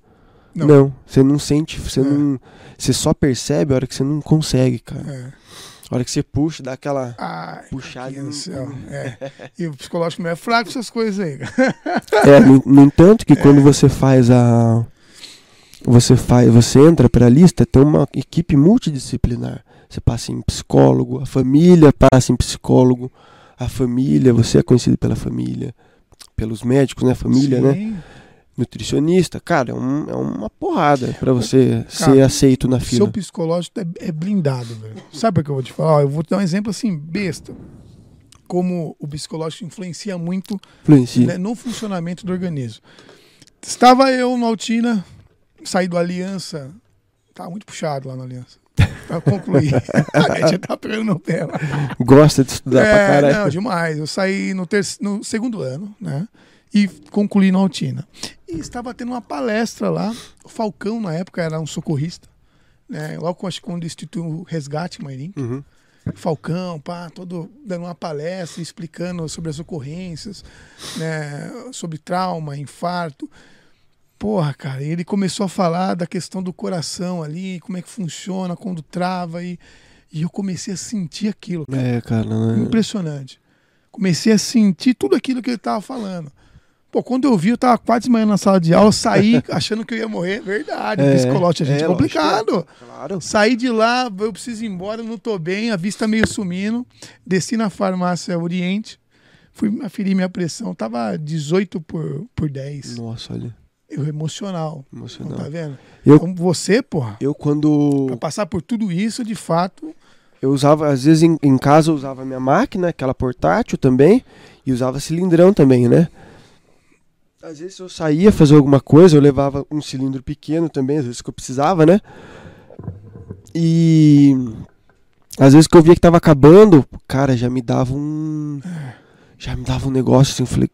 Não. Você não sente, você É. não. Você só percebe a hora que você não consegue, cara. É. A hora que você puxa, dá aquela Ai, puxada. Caquinho não- do céu. É. E o psicológico meu é fraco essas coisas aí. É, no, no entanto que quando você faz a. Você faz. Você entra pra lista, tem uma equipe multidisciplinar. Você passa em psicólogo, a família passa em psicólogo, a família, você é conhecido pela família, pelos médicos, né? Família, né? Sim. Nutricionista, cara, é, um- é uma porrada pra você ser Cara, aceito na Seu fila. psicológico é, é blindado, velho. Sabe o que eu vou te falar? Ó, Eu vou te dar um exemplo assim, besta. Como o psicológico influencia muito Influencia. né, no funcionamento do organismo. Estava eu na Altina, saí do Aliança. Tá muito puxado lá na Aliança. Pra concluir. [LAUGHS] a gente já tá pegando no pé lá. Gosta de estudar pra É, caralho. não, demais. Eu saí no, terce- no segundo ano, né? E concluí na Altina. E estava tendo uma palestra lá. O Falcão, na época, era um socorrista. Né? Logo, acho que quando instituiu o Resgate Mairim. Uhum. Falcão, pá, todo dando uma palestra, explicando sobre as ocorrências, né, sobre trauma, infarto. Porra, cara, ele começou a falar da questão do coração ali, como é que funciona, quando trava, e, e eu comecei a sentir aquilo, cara. É, cara. Um né? Impressionante. Comecei a sentir tudo aquilo que ele tava falando. Pô, quando eu vi, eu tava quase de manhã na sala de aula, eu [LAUGHS] saí achando que eu ia morrer. Verdade, É, psicológico, gente, é, é lógico. complicado. Claro. Saí de lá, eu preciso ir embora, não tô bem, a vista meio sumindo. Desci na farmácia Oriente, fui aferir minha pressão, tava 18 por, por 10. Nossa, olha. Eu emocional. Não tá Emocional. vendo? Eu- Como você, porra, Eu quando. pra passar por tudo isso, de fato, Eu usava, às vezes em, em casa eu usava minha máquina, aquela portátil também, e usava cilindrão também, né? Às vezes eu saía fazer alguma coisa, eu levava um cilindro pequeno também, às vezes que eu precisava, né? E às vezes que eu via que tava acabando, cara, já me dava um já me dava um negócio assim, eu falei,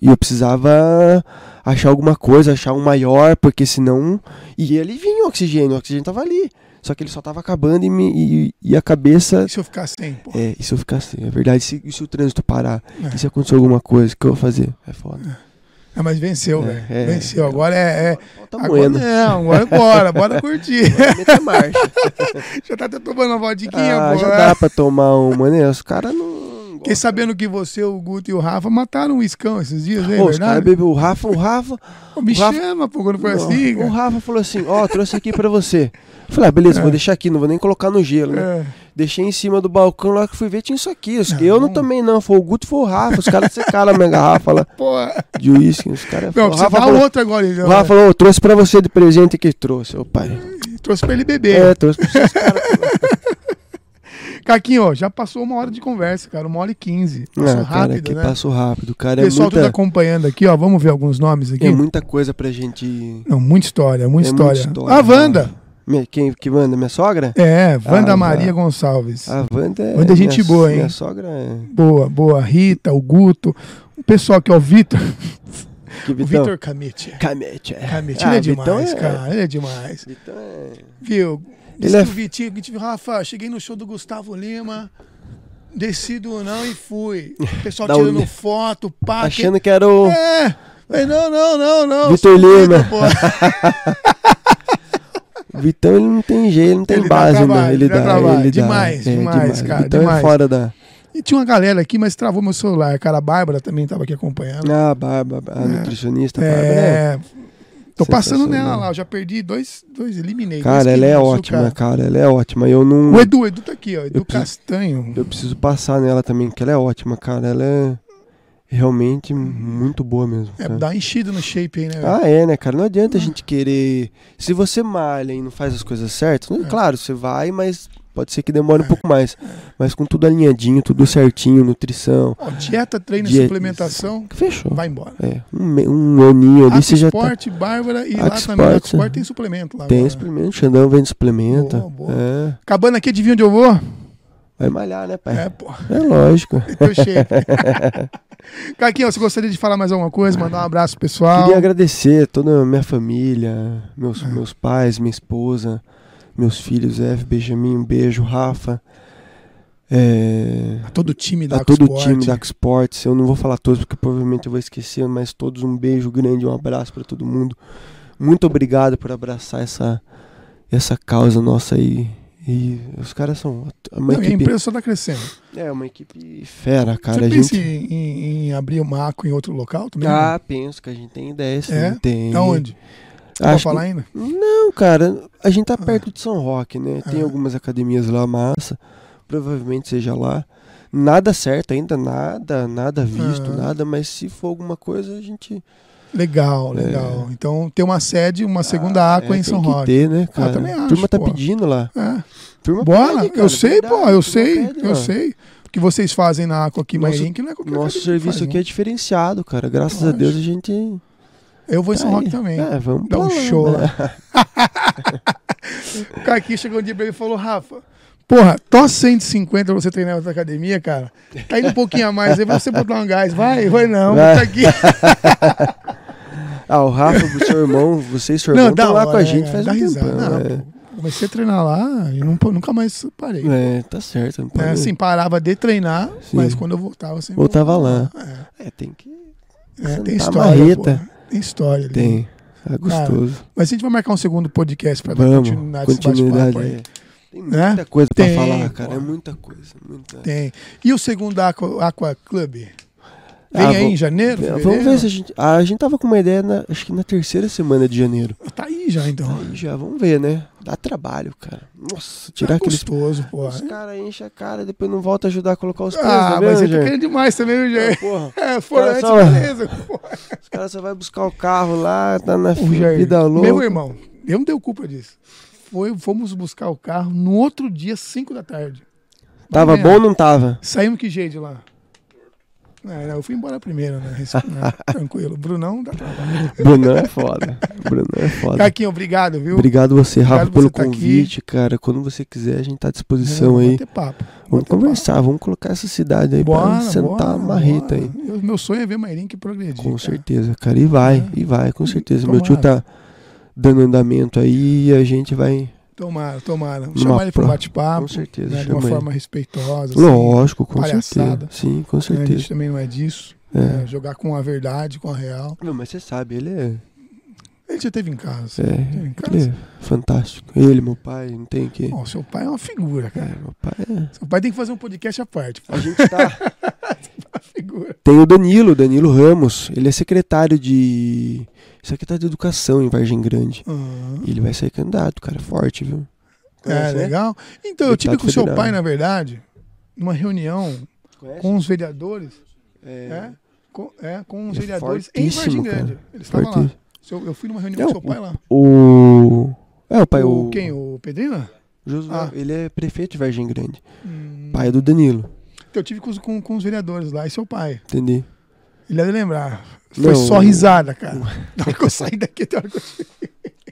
e eu precisava achar alguma coisa, achar um maior, porque senão e ele vinha o oxigênio, o oxigênio tava ali. Só que ele só tava acabando e, me, e, e a cabeça. e se eu ficar sem, porra? É, e se eu ficar assim? É verdade, se, e se o trânsito parar? É. E se acontecer alguma coisa? O que eu vou fazer? É foda. Ah, mas venceu, É, velho. é. venceu. Agora é. é- Falta agora Tá moendo. não, agora bora, bora curtir. [LAUGHS] Meta marcha. já tá até tomando uma vodiquinha, Ah, já bora. dá pra tomar uma, né? Os caras não. Fiquei sabendo que você, o Guto e o Rafa mataram um escão esses dias, hein, Pô, os caras verdade? bebeu o Rafa, o Rafa. Pô, me o Rafa- chama, pô, quando for Não, assim. o cara. Rafa falou assim: Ó, trouxe aqui pra você. Eu falei: ah, beleza, vou deixar aqui, não vou nem colocar no gelo, né? É. Deixei em cima do balcão, lá que fui ver tinha isso aqui. Os- Não. eu não tomei, não. Foi o Guto, foi o Rafa. Os caras secaram a minha garrafa lá Pô, de uísque. Os caras. não, o você Rafa dá falou, outro agora. Então. O Rafa falou, "Eu trouxe pra você de presente que trouxe, ô pai. Trouxe pra ele É, beber. trouxe pra vocês, cara. É. Caquinho, ó, já passou uma hora de conversa, cara. Uma hora e quinze. Passou Não, Ah, cara, rápido, que né? passou rápido, cara. Pessoal, é tudo muita, acompanhando aqui, ó. Vamos ver alguns nomes aqui. é muita coisa pra gente... Não, muita história, muita É muita história. história, a né? Wanda. Minha- quem que manda? Minha sogra? É, Wanda Ah, Maria tá. Gonçalves. A Wanda é... Wanda é gente minha- boa, hein? Minha sogra é... Boa, boa. Rita, o Guto. O pessoal aqui, ó, o Vitor. Que O Vitão? Vitor Camete. Camete, é. Camete, Ah, ele é Vitão demais, é- cara. Ele é demais. Vitão é... Viu? Diz Ele é- que o Vitinho, que tive, Rafa, cheguei no show do Gustavo Lima, desci do não e fui. O pessoal Da tirando Uni- foto, pá. Achando que era o... Ah, que... É! Falei, não, não, não, não. Vitor sou doido, Lima. pô. Vitão, ele não tem jeito, ele não tem Ele dá base, trabalho, não. Ele dá dá, trabalho. ele dá. Demais, demais, cara, Vitão demais. é fora da... E tinha uma galera aqui, mas travou meu celular. Cara, a Bárbara também estava aqui acompanhando. Ah, a Barba, a nutricionista, a Barba, né? É. Tô passando nela Sensacional. lá, eu já perdi dois, dois eliminei. dois Cara, ela é quilos de ótima, açúcar. cara, ela é ótima. Eu não. O Edu, o Edu tá aqui, ó. Edu Eu preciso- Castanho. Eu preciso passar nela também, que ela é ótima, cara. Ela é realmente muito boa mesmo. É, cara. dá uma enchida no shape aí, né? Ah, é, né, cara? Não adianta a gente querer. Se você malha e não faz as coisas certas, né, É. claro, você vai, mas pode ser que demore um pouco mais. Mas com tudo alinhadinho, tudo certinho, nutrição. Ó, dieta, treino e Dieta. suplementação, Fechou. vai Ah, embora. É, um, me- um aninho ali você já tá. Sport, Bárbara e lá também. Axport, Axport, Sport tem suplemento lá. Tem agora. suplemento, Xandão vende suplemento. Boa, boa. É, Acabando aqui, adivinha onde eu vou? vai malhar, né, pai? É, É, pô. [LAUGHS] lógico. Teu shape. [LAUGHS] Caquinho, você gostaria de falar mais alguma coisa? Mandar um abraço pro pessoal. Queria agradecer toda a minha família, É. meus, meus pais, minha esposa, meus filhos, F, Benjamin, um beijo, Rafa. É, A todo o time da a todo o Axport. time da Sports. Eu não vou falar todos porque provavelmente eu vou esquecer, mas todos um beijo grande, um abraço para todo mundo. Muito obrigado por abraçar essa, essa causa nossa aí. E os caras são Não, uma e a equipe. empresa só tá crescendo. É, uma equipe fera, cara. você A pensa gente. em, em- em abrir uma ACO em outro local também? Ah, penso que a gente tem ideia, sim. É? Tem. Aonde? Você pode Acho que- falar ainda? Não, cara, a gente tá Ah. perto de São Roque, né? Tem Ah. algumas academias lá massa, provavelmente seja lá. Nada certo ainda, nada, nada visto, Ah. nada, mas se for alguma coisa, a gente. Legal, legal. Então tem uma sede, uma segunda ACO é, em São tem que Roque. Ah, ter, né, cara? também acho, Turma tá pô. pedindo lá. É. Turma Bora, pede, cara, eu sei, verdade, pô, eu turma sei, pede, ó. eu sei. O que vocês fazem na ACO aqui, mas Nosso- que não é qualquer Nosso coisa que serviço faz, aqui é diferenciado, cara. Graças a Lógico. Deus a gente. não. né? Eu vou em tá São Roque aí. também. É, vamos Dá um pra show né? [LAUGHS] O cara aqui chegou um dia pra ele e falou, Rafa, porra, tô 150 pra você treinar na outra academia, cara. Tá indo um pouquinho a mais aí, vai você botar um gás. Vai, vai não, Vai. tá [LAUGHS] aqui. Ah, o Rafa, o seu irmão, você e seu irmão estão lá com a gente faz dá um risada. tempão, Não, é. pô, Comecei a treinar lá e não- nunca mais parei. É, tá certo. não É, pode- assim, parava de treinar, Sim. mas quando eu voltava, sempre Voltava lá. É. É, tem que. É, tem Tá história. pô. marreta. Tem história. ali. Tem. É gostoso. Mas a gente vai marcar um segundo podcast pra dar Vamos. continuidade, nesse Continuidade. bate-papo aí. é. Tem muita Né? coisa Tem, pra falar, cara. pô. É muita coisa. Muita... Tem. E o segundo Aqua, Aqua Club? Vem Ah, aí em vamos- janeiro? Vamos fevereiro? ver se a gente. ah, a gente tava com uma ideia, na- acho que na terceira semana de janeiro. Tá aí já, então. Aí já, vamos ver, né? Dá trabalho, cara. Nossa, tirar Tá aqueles. né, gostoso, pô. Os caras enchem a cara e depois não volta a ajudar a colocar os pés, Ah, tá mas vendo, ele tá gente? querendo demais também, viu, Ah, Jair? porra, É, fora antes, só- beleza. pô. os caras só vai buscar o carro lá, tá na O Jair, [LAUGHS] vida louca. meu irmão, eu não deu culpa disso. Foi, fomos buscar o carro no outro dia, 5 da tarde. Tava Vai bom ver. ou não tava? [LAUGHS] Saímos que jeito de lá? Não, não, eu fui embora primeiro, né? Res- [LAUGHS] né? Tranquilo. Brunão dá trabalho. Brunão é foda. Brunão é foda. Caquinho, obrigado, viu? Obrigado você, Rafa, Obrigado por pelo você tá aqui. É, convite, cara. Quando você quiser, a gente tá à disposição Vamos aí. bater papo. Vamos bater conversar, vamos colocar essa cidade aí pra Bora, sentar bora, a marreta aí. bora. Eu- meu sonho é ver Mairink progredir. Com cara. certeza, cara. E vai, É. e vai, com certeza. Meu Tomara. tio tá dando andamento aí e a gente vai, Tomara, tomara. Vamos Numa chamar ele pra um pro- bate-papo. com certeza, né, de uma chama ele. forma respeitosa. assim, Lógico, com palhaçada. certeza. Sim, com né, A gente certeza. também não é disso. né, É. Jogar com a verdade, com a real. Não, mas você sabe, ele é, Ele já teve em casa. é, Tem em casa? ele é fantástico. Ele, meu pai, não tem o que. Bom, seu pai é uma figura, É, cara. meu pai é. Seu pai tem que fazer um podcast à parte. [LAUGHS] A gente tá. Uma figura. Tem o Danilo, Danilo Ramos. Ele é secretário de. Secretário de Educação em Vargem Grande. Ah. Ele vai sair candidato, cara, forte, viu? É, Conhece, né? legal. Então, eu tive Deputado com o seu federal. pai, na verdade, numa reunião Conhece? com os vereadores, É, é, com, é, com os É vereadores em Vargem fortíssimo, cara. Grande. Eles estavam lá. forte. Seu- Eu fui numa reunião Não, com seu pai lá. O. É, o pai. o, O, quem? O Pedrina? Josué, Ah. ele é prefeito de Vargem Grande. Hum, então, Pai do Danilo, Eu tive com, os- com, com os vereadores lá e seu pai. entendi. Ele deve lembrar. Foi Não, só o- risada, cara. Da hora que eu saí daqui, da hora que eu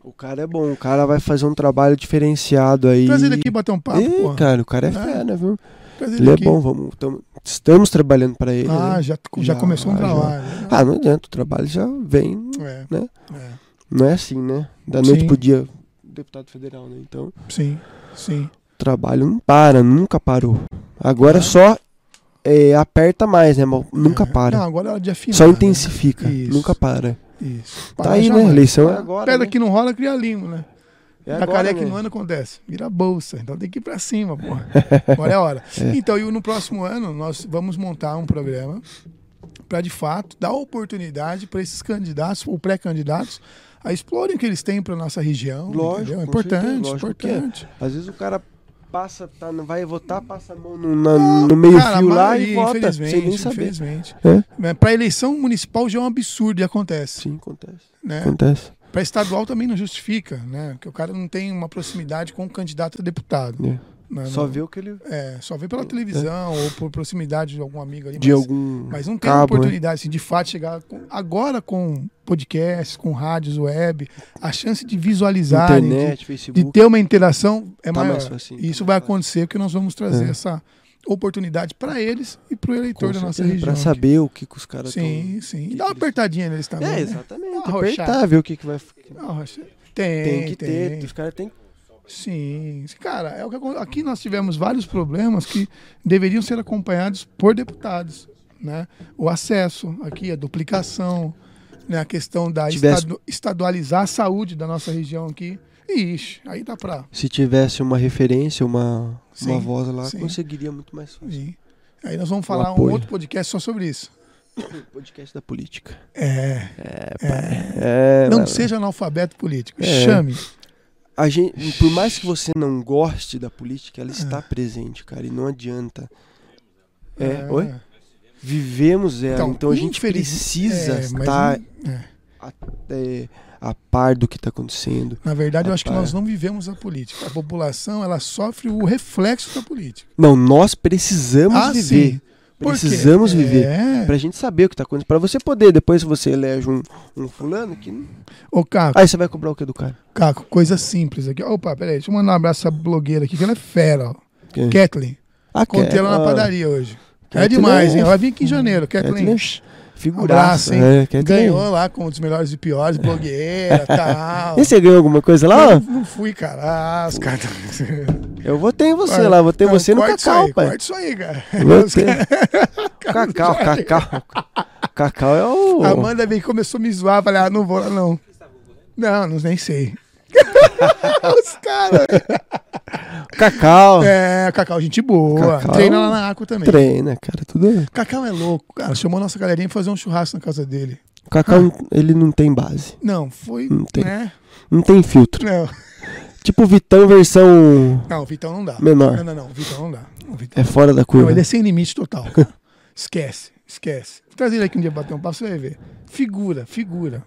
O cara é bom, o cara vai fazer um trabalho diferenciado aí. Traz ele aqui bater um papo, Ih, pô. cara, o cara é É. fera, viu? Traz Ele, é bom, vamos. tamo- estamos trabalhando pra ele. Ah, né? já, já, Já, começou um já. trabalho. ah, não adianta, o trabalho já vem. É, né? é. Não é assim, né? Da noite Sim. pro dia, deputado federal, né? Então, o Sim, sim. trabalho não para, nunca parou. Agora É. só é, aperta mais, né? Mas Nunca É. para. Não, agora é hora de afinar. só né? intensifica, Isso. nunca para. Isso. tá aí, né? jamais. Eleição é agora. Pedra né? que não rola, cria limo, né? É tá agora, careca e né? no ano acontece. Vira a bolsa. Então tem que ir pra cima, [LAUGHS] porra. Agora é a hora. Então, e no próximo ano, nós vamos montar um programa para de fato dar oportunidade para esses candidatos ou pré-candidatos a explorem o que eles têm para nossa região. Lógico, entendeu? É com certeza, importante, lógico que é. importante. Às vezes o cara passa, tá, não vai votar, passa a mão no, na- Ah, no meio Cara, a fio lá maioria, e vota, infelizmente, sem nem saber. Infelizmente. É? Mas Pra eleição municipal já é um absurdo e acontece. Sim, acontece. Né? Acontece. Para estadual também não justifica, né? Porque o cara não tem uma proximidade com o candidato a deputado. É. né? Só Não- vê o que ele. É, só vê pela televisão ou por proximidade de algum amigo ali. De mas, algum. mas não tem cabo, né? oportunidade assim, de fato chegar com- agora com podcasts, com rádios web, a chance de visualizar, Internet, de, Facebook. de ter uma interação é Tá maior. mais fácil, e isso tá vai mais fácil. acontecer porque nós vamos trazer É. essa oportunidade para eles e para o eleitor da nossa região. Para saber o que, que os caras estão. Sim, sim. E que dá uma eles- apertadinha neles também. É, né? exatamente. Arrochar. Apertar, ver o que, que vai. Ah, Rocha, Tem, Tem que tem. ter. Os caras têm. Sim, cara, é o que acon- aqui nós tivemos vários problemas que deveriam ser acompanhados por deputados, né? O acesso aqui, a duplicação, né? A questão da Tivesse- estadu- estadualizar a saúde da nossa região aqui. Ixi, aí dá pra Se tivesse uma referência, uma, Sim, uma voz lá, sim. conseguiria muito mais fácil. ir. Aí nós vamos falar um apoio. outro podcast só sobre isso. Podcast da política. É, É, não mano. seja analfabeto político, É. chame. A gente, por mais que você não goste da política, Ah. ela está presente, cara, e não adianta. É, oi? Vivemos ela, Então, então, a gente infeliz- precisa é, mas estar não- é. é, a par do que está acontecendo. Na verdade, eu acho que Rapaz. nós não vivemos a política. A população, ela sofre o reflexo da política. Não, nós precisamos viver. Ah, sim. Por quê? Precisamos viver. É. Pra gente saber o que tá acontecendo. Pra você poder, depois se você elege um, um fulano que. Ô, Caco, Aí você vai cobrar o que do cara? Caco, coisa simples aqui. Opa, peraí, deixa eu mandar um abraço pra blogueira aqui, que ela é fera, ó. Quem? Kathleen. Ah, Encontrei ela na ah, padaria hoje. É Kathleen demais, hein? é- Ela vai vir aqui em janeiro, Kathleen Kathleen. é Figuraça. Abraço, hein? É, Kathleen. Ganhou lá com um dos melhores e piores, [LAUGHS] blogueira, tal. E você ganhou alguma coisa lá? ó? Mas Não fui, cara. Ah, os caras. Eu votei em você lá, votei em Não, você no corta isso Cacau, aí, pai. Corta isso aí, cara. [LAUGHS] Os Votei. caras- [LAUGHS] Cacau, Cacau. Cacau é o. A Amanda veio e começou a me zoar. Falei, ah, não vou lá, não. Não, não nem sei. [LAUGHS] Os caras. Cacau. É, Cacau, gente boa. Cacau. Treina lá na Aqua também. Treina, cara, tudo. Cacau é louco, cara. Chamou nossa galerinha pra fazer um churrasco na casa dele. Cacau, ele não tem base, Não, foi. Não tem. Né? não tem filtro. Não. Tipo Vitão versão Não, o Vitão não dá. Menor. Não, não, não. O Vitão não dá. O Vitão. é fora da Não, curva. ele é sem limite total, [LAUGHS] cara. Esquece, esquece. Traz ele aqui um dia pra bater um passo, você vai ver. Figura, figura.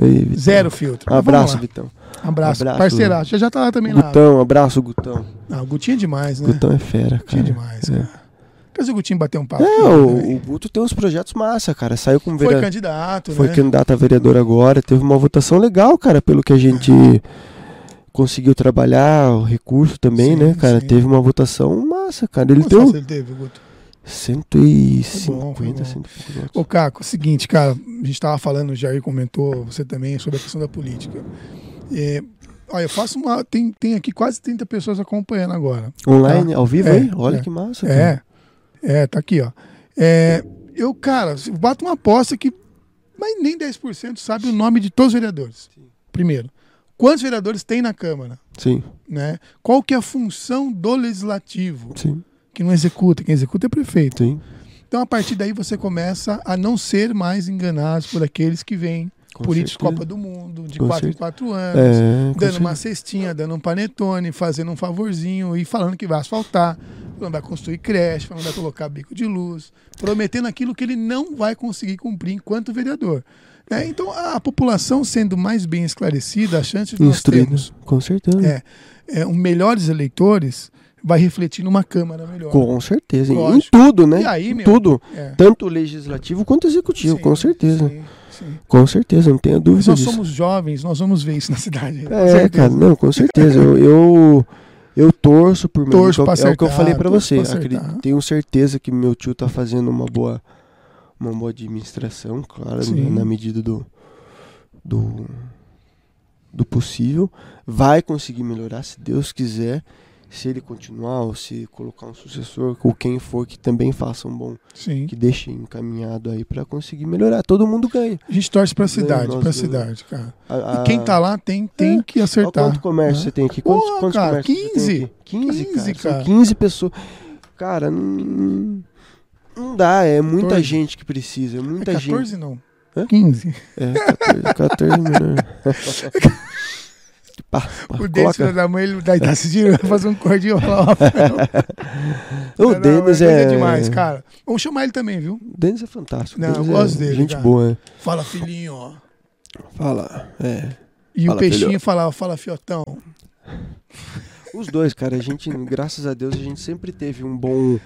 Aí, Vitão. é Zero filtro. Mas Abraço, vamos Vitão. lá. Abraço. Abraço. Parceiraço. Já já tá lá também lá. Gutão, abraço, Gutão. Ah, o Gutinho é demais, né? Gutão é fera, Gutinho é cara. demais, É. cara. Trazer o Gutinho bater um papo. É, aqui, o, né? o Guto tem uns projetos massa, cara. Saiu como Foi vereador. candidato, Foi né? candidato a vereador agora. Teve uma votação legal, cara, pelo que a gente conseguiu trabalhar, o recurso também, Sim, né, cara? sim. Teve uma votação massa, cara. Ele Quantos deu votos ele teve, Guto? 150, Foi Tá bom, foi bom. 100 e poucos votos. Ô, Caco, é seguinte, cara, a gente tava falando, o Jair comentou, você também, sobre a questão da política. É, olha, eu faço uma. Tem, tem aqui quase 30 pessoas acompanhando agora. Online, ao vivo, É, hein? Olha é. que massa, cara. É. É, tá aqui, ó. É, eu, cara, eu bato uma aposta que mas nem 10% sabe o nome de todos os vereadores. Primeiro. Quantos vereadores tem na Câmara? Sim, Né? Qual que é a função do legislativo? sim, Que não executa, quem executa é prefeito. sim. Então, a partir daí, você começa a não ser mais enganado por aqueles que vêm Com políticos certeza. Copa do Mundo, de Com 4 em certeza. 4 anos, É, com dando uma certeza. cestinha, dando um panetone, fazendo um favorzinho e falando que vai asfaltar, falando que vai construir creche, falando que vai colocar bico de luz, prometendo aquilo que ele não vai conseguir cumprir enquanto vereador. né? então, a população sendo mais bem esclarecida, a chance de nós Instruído, termos com certeza. é, é, um melhores eleitores vai refletir numa Câmara melhor. Com certeza. em- Em Lógico. tudo, né? E aí, em meu? tudo. É. Tanto legislativo quanto executivo, Sim, com certeza. sim, sim. Com certeza, não tenha Mas dúvida nós disso. somos jovens, nós vamos ver isso na cidade. com É, certeza. cara, não, com certeza. Eu, eu, eu torço por mim. Torço é o- pra é o que eu acertar, falei pra torço você. pra Acredi- acertar. Tenho certeza que meu tio tá fazendo uma boa, uma boa administração, claro, Sim. na medida do, do, do possível. Vai conseguir melhorar, se Deus quiser. se ele continuar ou se colocar um sucessor, ou quem for que também faça um bom, Sim. que deixe encaminhado aí pra conseguir melhorar. Todo mundo ganha. A gente torce pra cidade, nós pra dois. cidade, cara. A- E quem a- tá lá tem, tem É. que Olha acertar. quanto comércio né? você tem aqui? Quantos, Porra, quantos cara, comércios você tem 15? aqui? 15, 15, cara. cara. São 15 pessoas. Cara, não, não dá. É muita 14. gente que precisa. É muita é gente. 14 não. Hã? 15. É, 14, [LAUGHS] 14 milhões. Pá, pá, O Denis, filho Ah, coloca. da mãe, ele dá, [LAUGHS] dá esse dinheiro vai fazer um cordinho lá. O Denis é... demais, cara. Vamos chamar ele também, viu? O Denis é fantástico. o Não, eu Denis gosto é dele, Gente cara. boa, né? Fala, filhinho, ó. Fala. É. E o Fala, peixinho filho. falava, fala, fiotão. Os dois, cara, a gente, graças a Deus, a gente sempre teve um bom,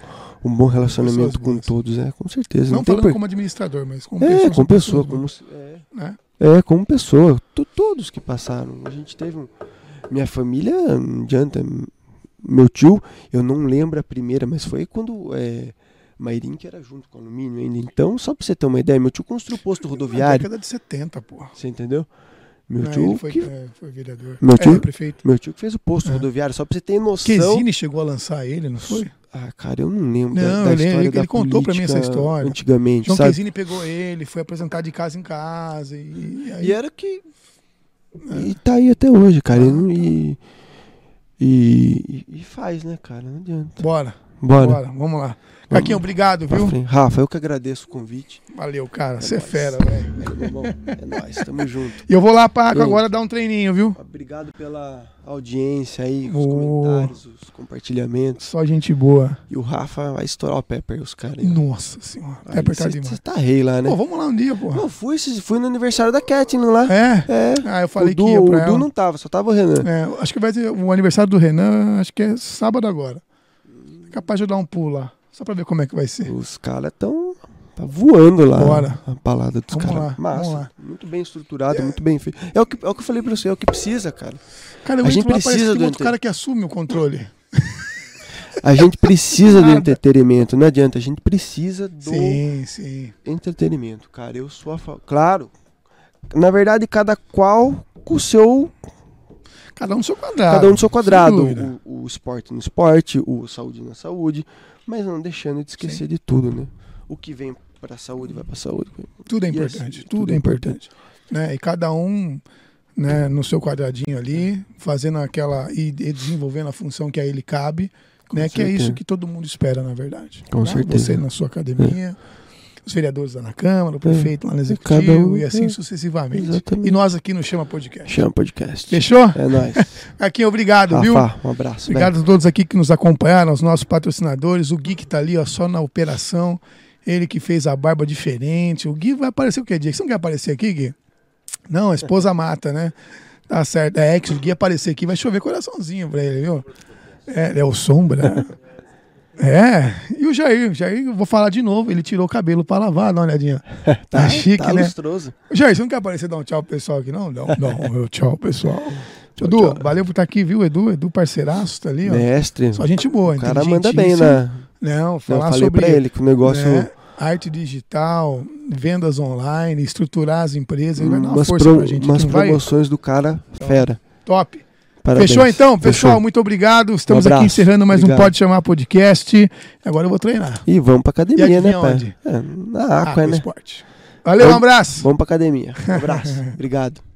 um bom relacionamento Pessoas com boas. todos, né? Com certeza. Não, Não tem falando per- como administrador, mas como É, pessoa. como pessoa, como. É. né? É, como pessoa, to- todos que passaram. A gente teve um. Minha família, não adianta. m- Meu tio, eu não lembro a primeira, mas foi quando é, Mairim que era junto com o alumínio ainda. Então, só pra você ter uma ideia, meu tio construiu o posto Na rodoviário. década de 70, porra. Você entendeu? Meu Né, tio, ele foi, que, é, foi vereador. Meu É, tio? prefeito. meu tio que fez o posto É. rodoviário, só pra você ter noção. Quesini chegou a lançar ele, não foi? Ah, cara, eu não lembro. da- Não, da eu lembro, história ele- da ele contou pra mim essa política história. Antigamente, João sabe? Quesini pegou ele, foi apresentar de casa em casa. E, e aí, E era que. E tá aí até hoje, cara. E, não- e, e, e faz, né, cara? Não adianta. Bora, Bora. bora, vamos lá. Caquinho, obrigado, Pra viu? frente. Rafa, eu que agradeço o convite. Valeu, cara. Você é nóis. fera, velho. É, meu irmão, é nóis, tamo junto. E eu vou lá pra água Ei. agora dar um treininho, viu? Obrigado pela audiência aí, os Ô. comentários, os compartilhamentos. Só gente boa. E o Rafa vai estourar o Pepper, os caras. Nossa senhora. É apertado demais. Você tá rei lá, né? Pô, vamos lá um dia, porra. Não, fui, esses- fui no aniversário da Kathleen lá. É? É. Ah, eu falei o Du, que ia o pra Du ela. não tá. tava, só tava o Renan. É, acho que vai ser o aniversário do Renan, acho que é sábado agora. É capaz de eu dar um pulo lá. Só pra ver como é que vai ser. Os caras estão tá voando lá. Bora. A balada dos Vamos caras. lá, Massa. vamos lá. Muito bem estruturado, muito bem feito. É o, que, é o que eu falei pra você, é o que precisa, cara. Cara, eu A entro gente lá, parece precisa que tem do um outro ente- cara que assume o controle. É A gente precisa do Nada. entretenimento, não adianta. A gente precisa do Sim, sim. entretenimento, cara. Eu sou a fa... Claro. Na verdade, cada qual com o seu. Cada um no seu quadrado. cada um no seu quadrado. sem dúvida. O, o esporte no esporte, o saúde na saúde. Mas não deixando de esquecer de tudo, né? O que vem pra saúde vai pra saúde. Tudo é Yes, importante, tudo é importante. Né? E cada um né, no seu quadradinho ali, fazendo aquela. e, e desenvolvendo a função que a ele cabe, né? Que é certeza. isso que todo mundo espera, na verdade. Com Tá? certeza. É. Você na sua academia, os vereadores lá na Câmara, o prefeito lá no Cada Executivo um, e assim é. sucessivamente. Exatamente. E nós aqui no Chama Podcast. Chama o podcast. Fechou? É nóis. Aqui, [LAUGHS] obrigado, viu? Rafa, um abraço. velho. Obrigado a todos aqui que nos acompanharam, aos nossos patrocinadores. O Gui que tá ali, ó, só na operação. Ele que fez a barba diferente. O Gui vai aparecer o quê, Diego? Você não quer aparecer aqui, Gui? Não, a esposa mata, né? Tá certo. É, que se o Gui aparecer aqui, vai chover coraçãozinho pra ele, viu? É, é o Sombra. [LAUGHS] É, e o Jair, Jair, eu vou falar de novo, ele tirou o cabelo pra lavar, dá uma olhadinha. Tá, chique, tá né? lustroso. Jair, você não quer aparecer e dar um tchau pro pessoal aqui, não? Não, não, eu tchau, pessoal. Edu, valeu por estar aqui, viu? Edu, Edu, parceiraço, tá ali, ó. Mestre, Só gente boa, o cara manda bem, inteligentíssimo. né? Não, Eu falar falei sobre pra ele que o negócio... né, arte digital, vendas online, estruturar as empresas, ele vai dar uma umas força pro- pra gente. umas aqui, não vai? promoções do cara, fera. Top. Parabéns. Fechou então, pessoal? Fechou. Muito obrigado. Estamos Um aqui abraço. encerrando mais um Obrigado. Pode Chamar Podcast. Agora eu vou treinar. E vamos pra academia, E né, adivinha pai? onde? É, na Aqua, Aqua né? Esporte. Valeu, um Vamos- abraço. [LAUGHS] Vamos pra academia. Um abraço. Obrigado.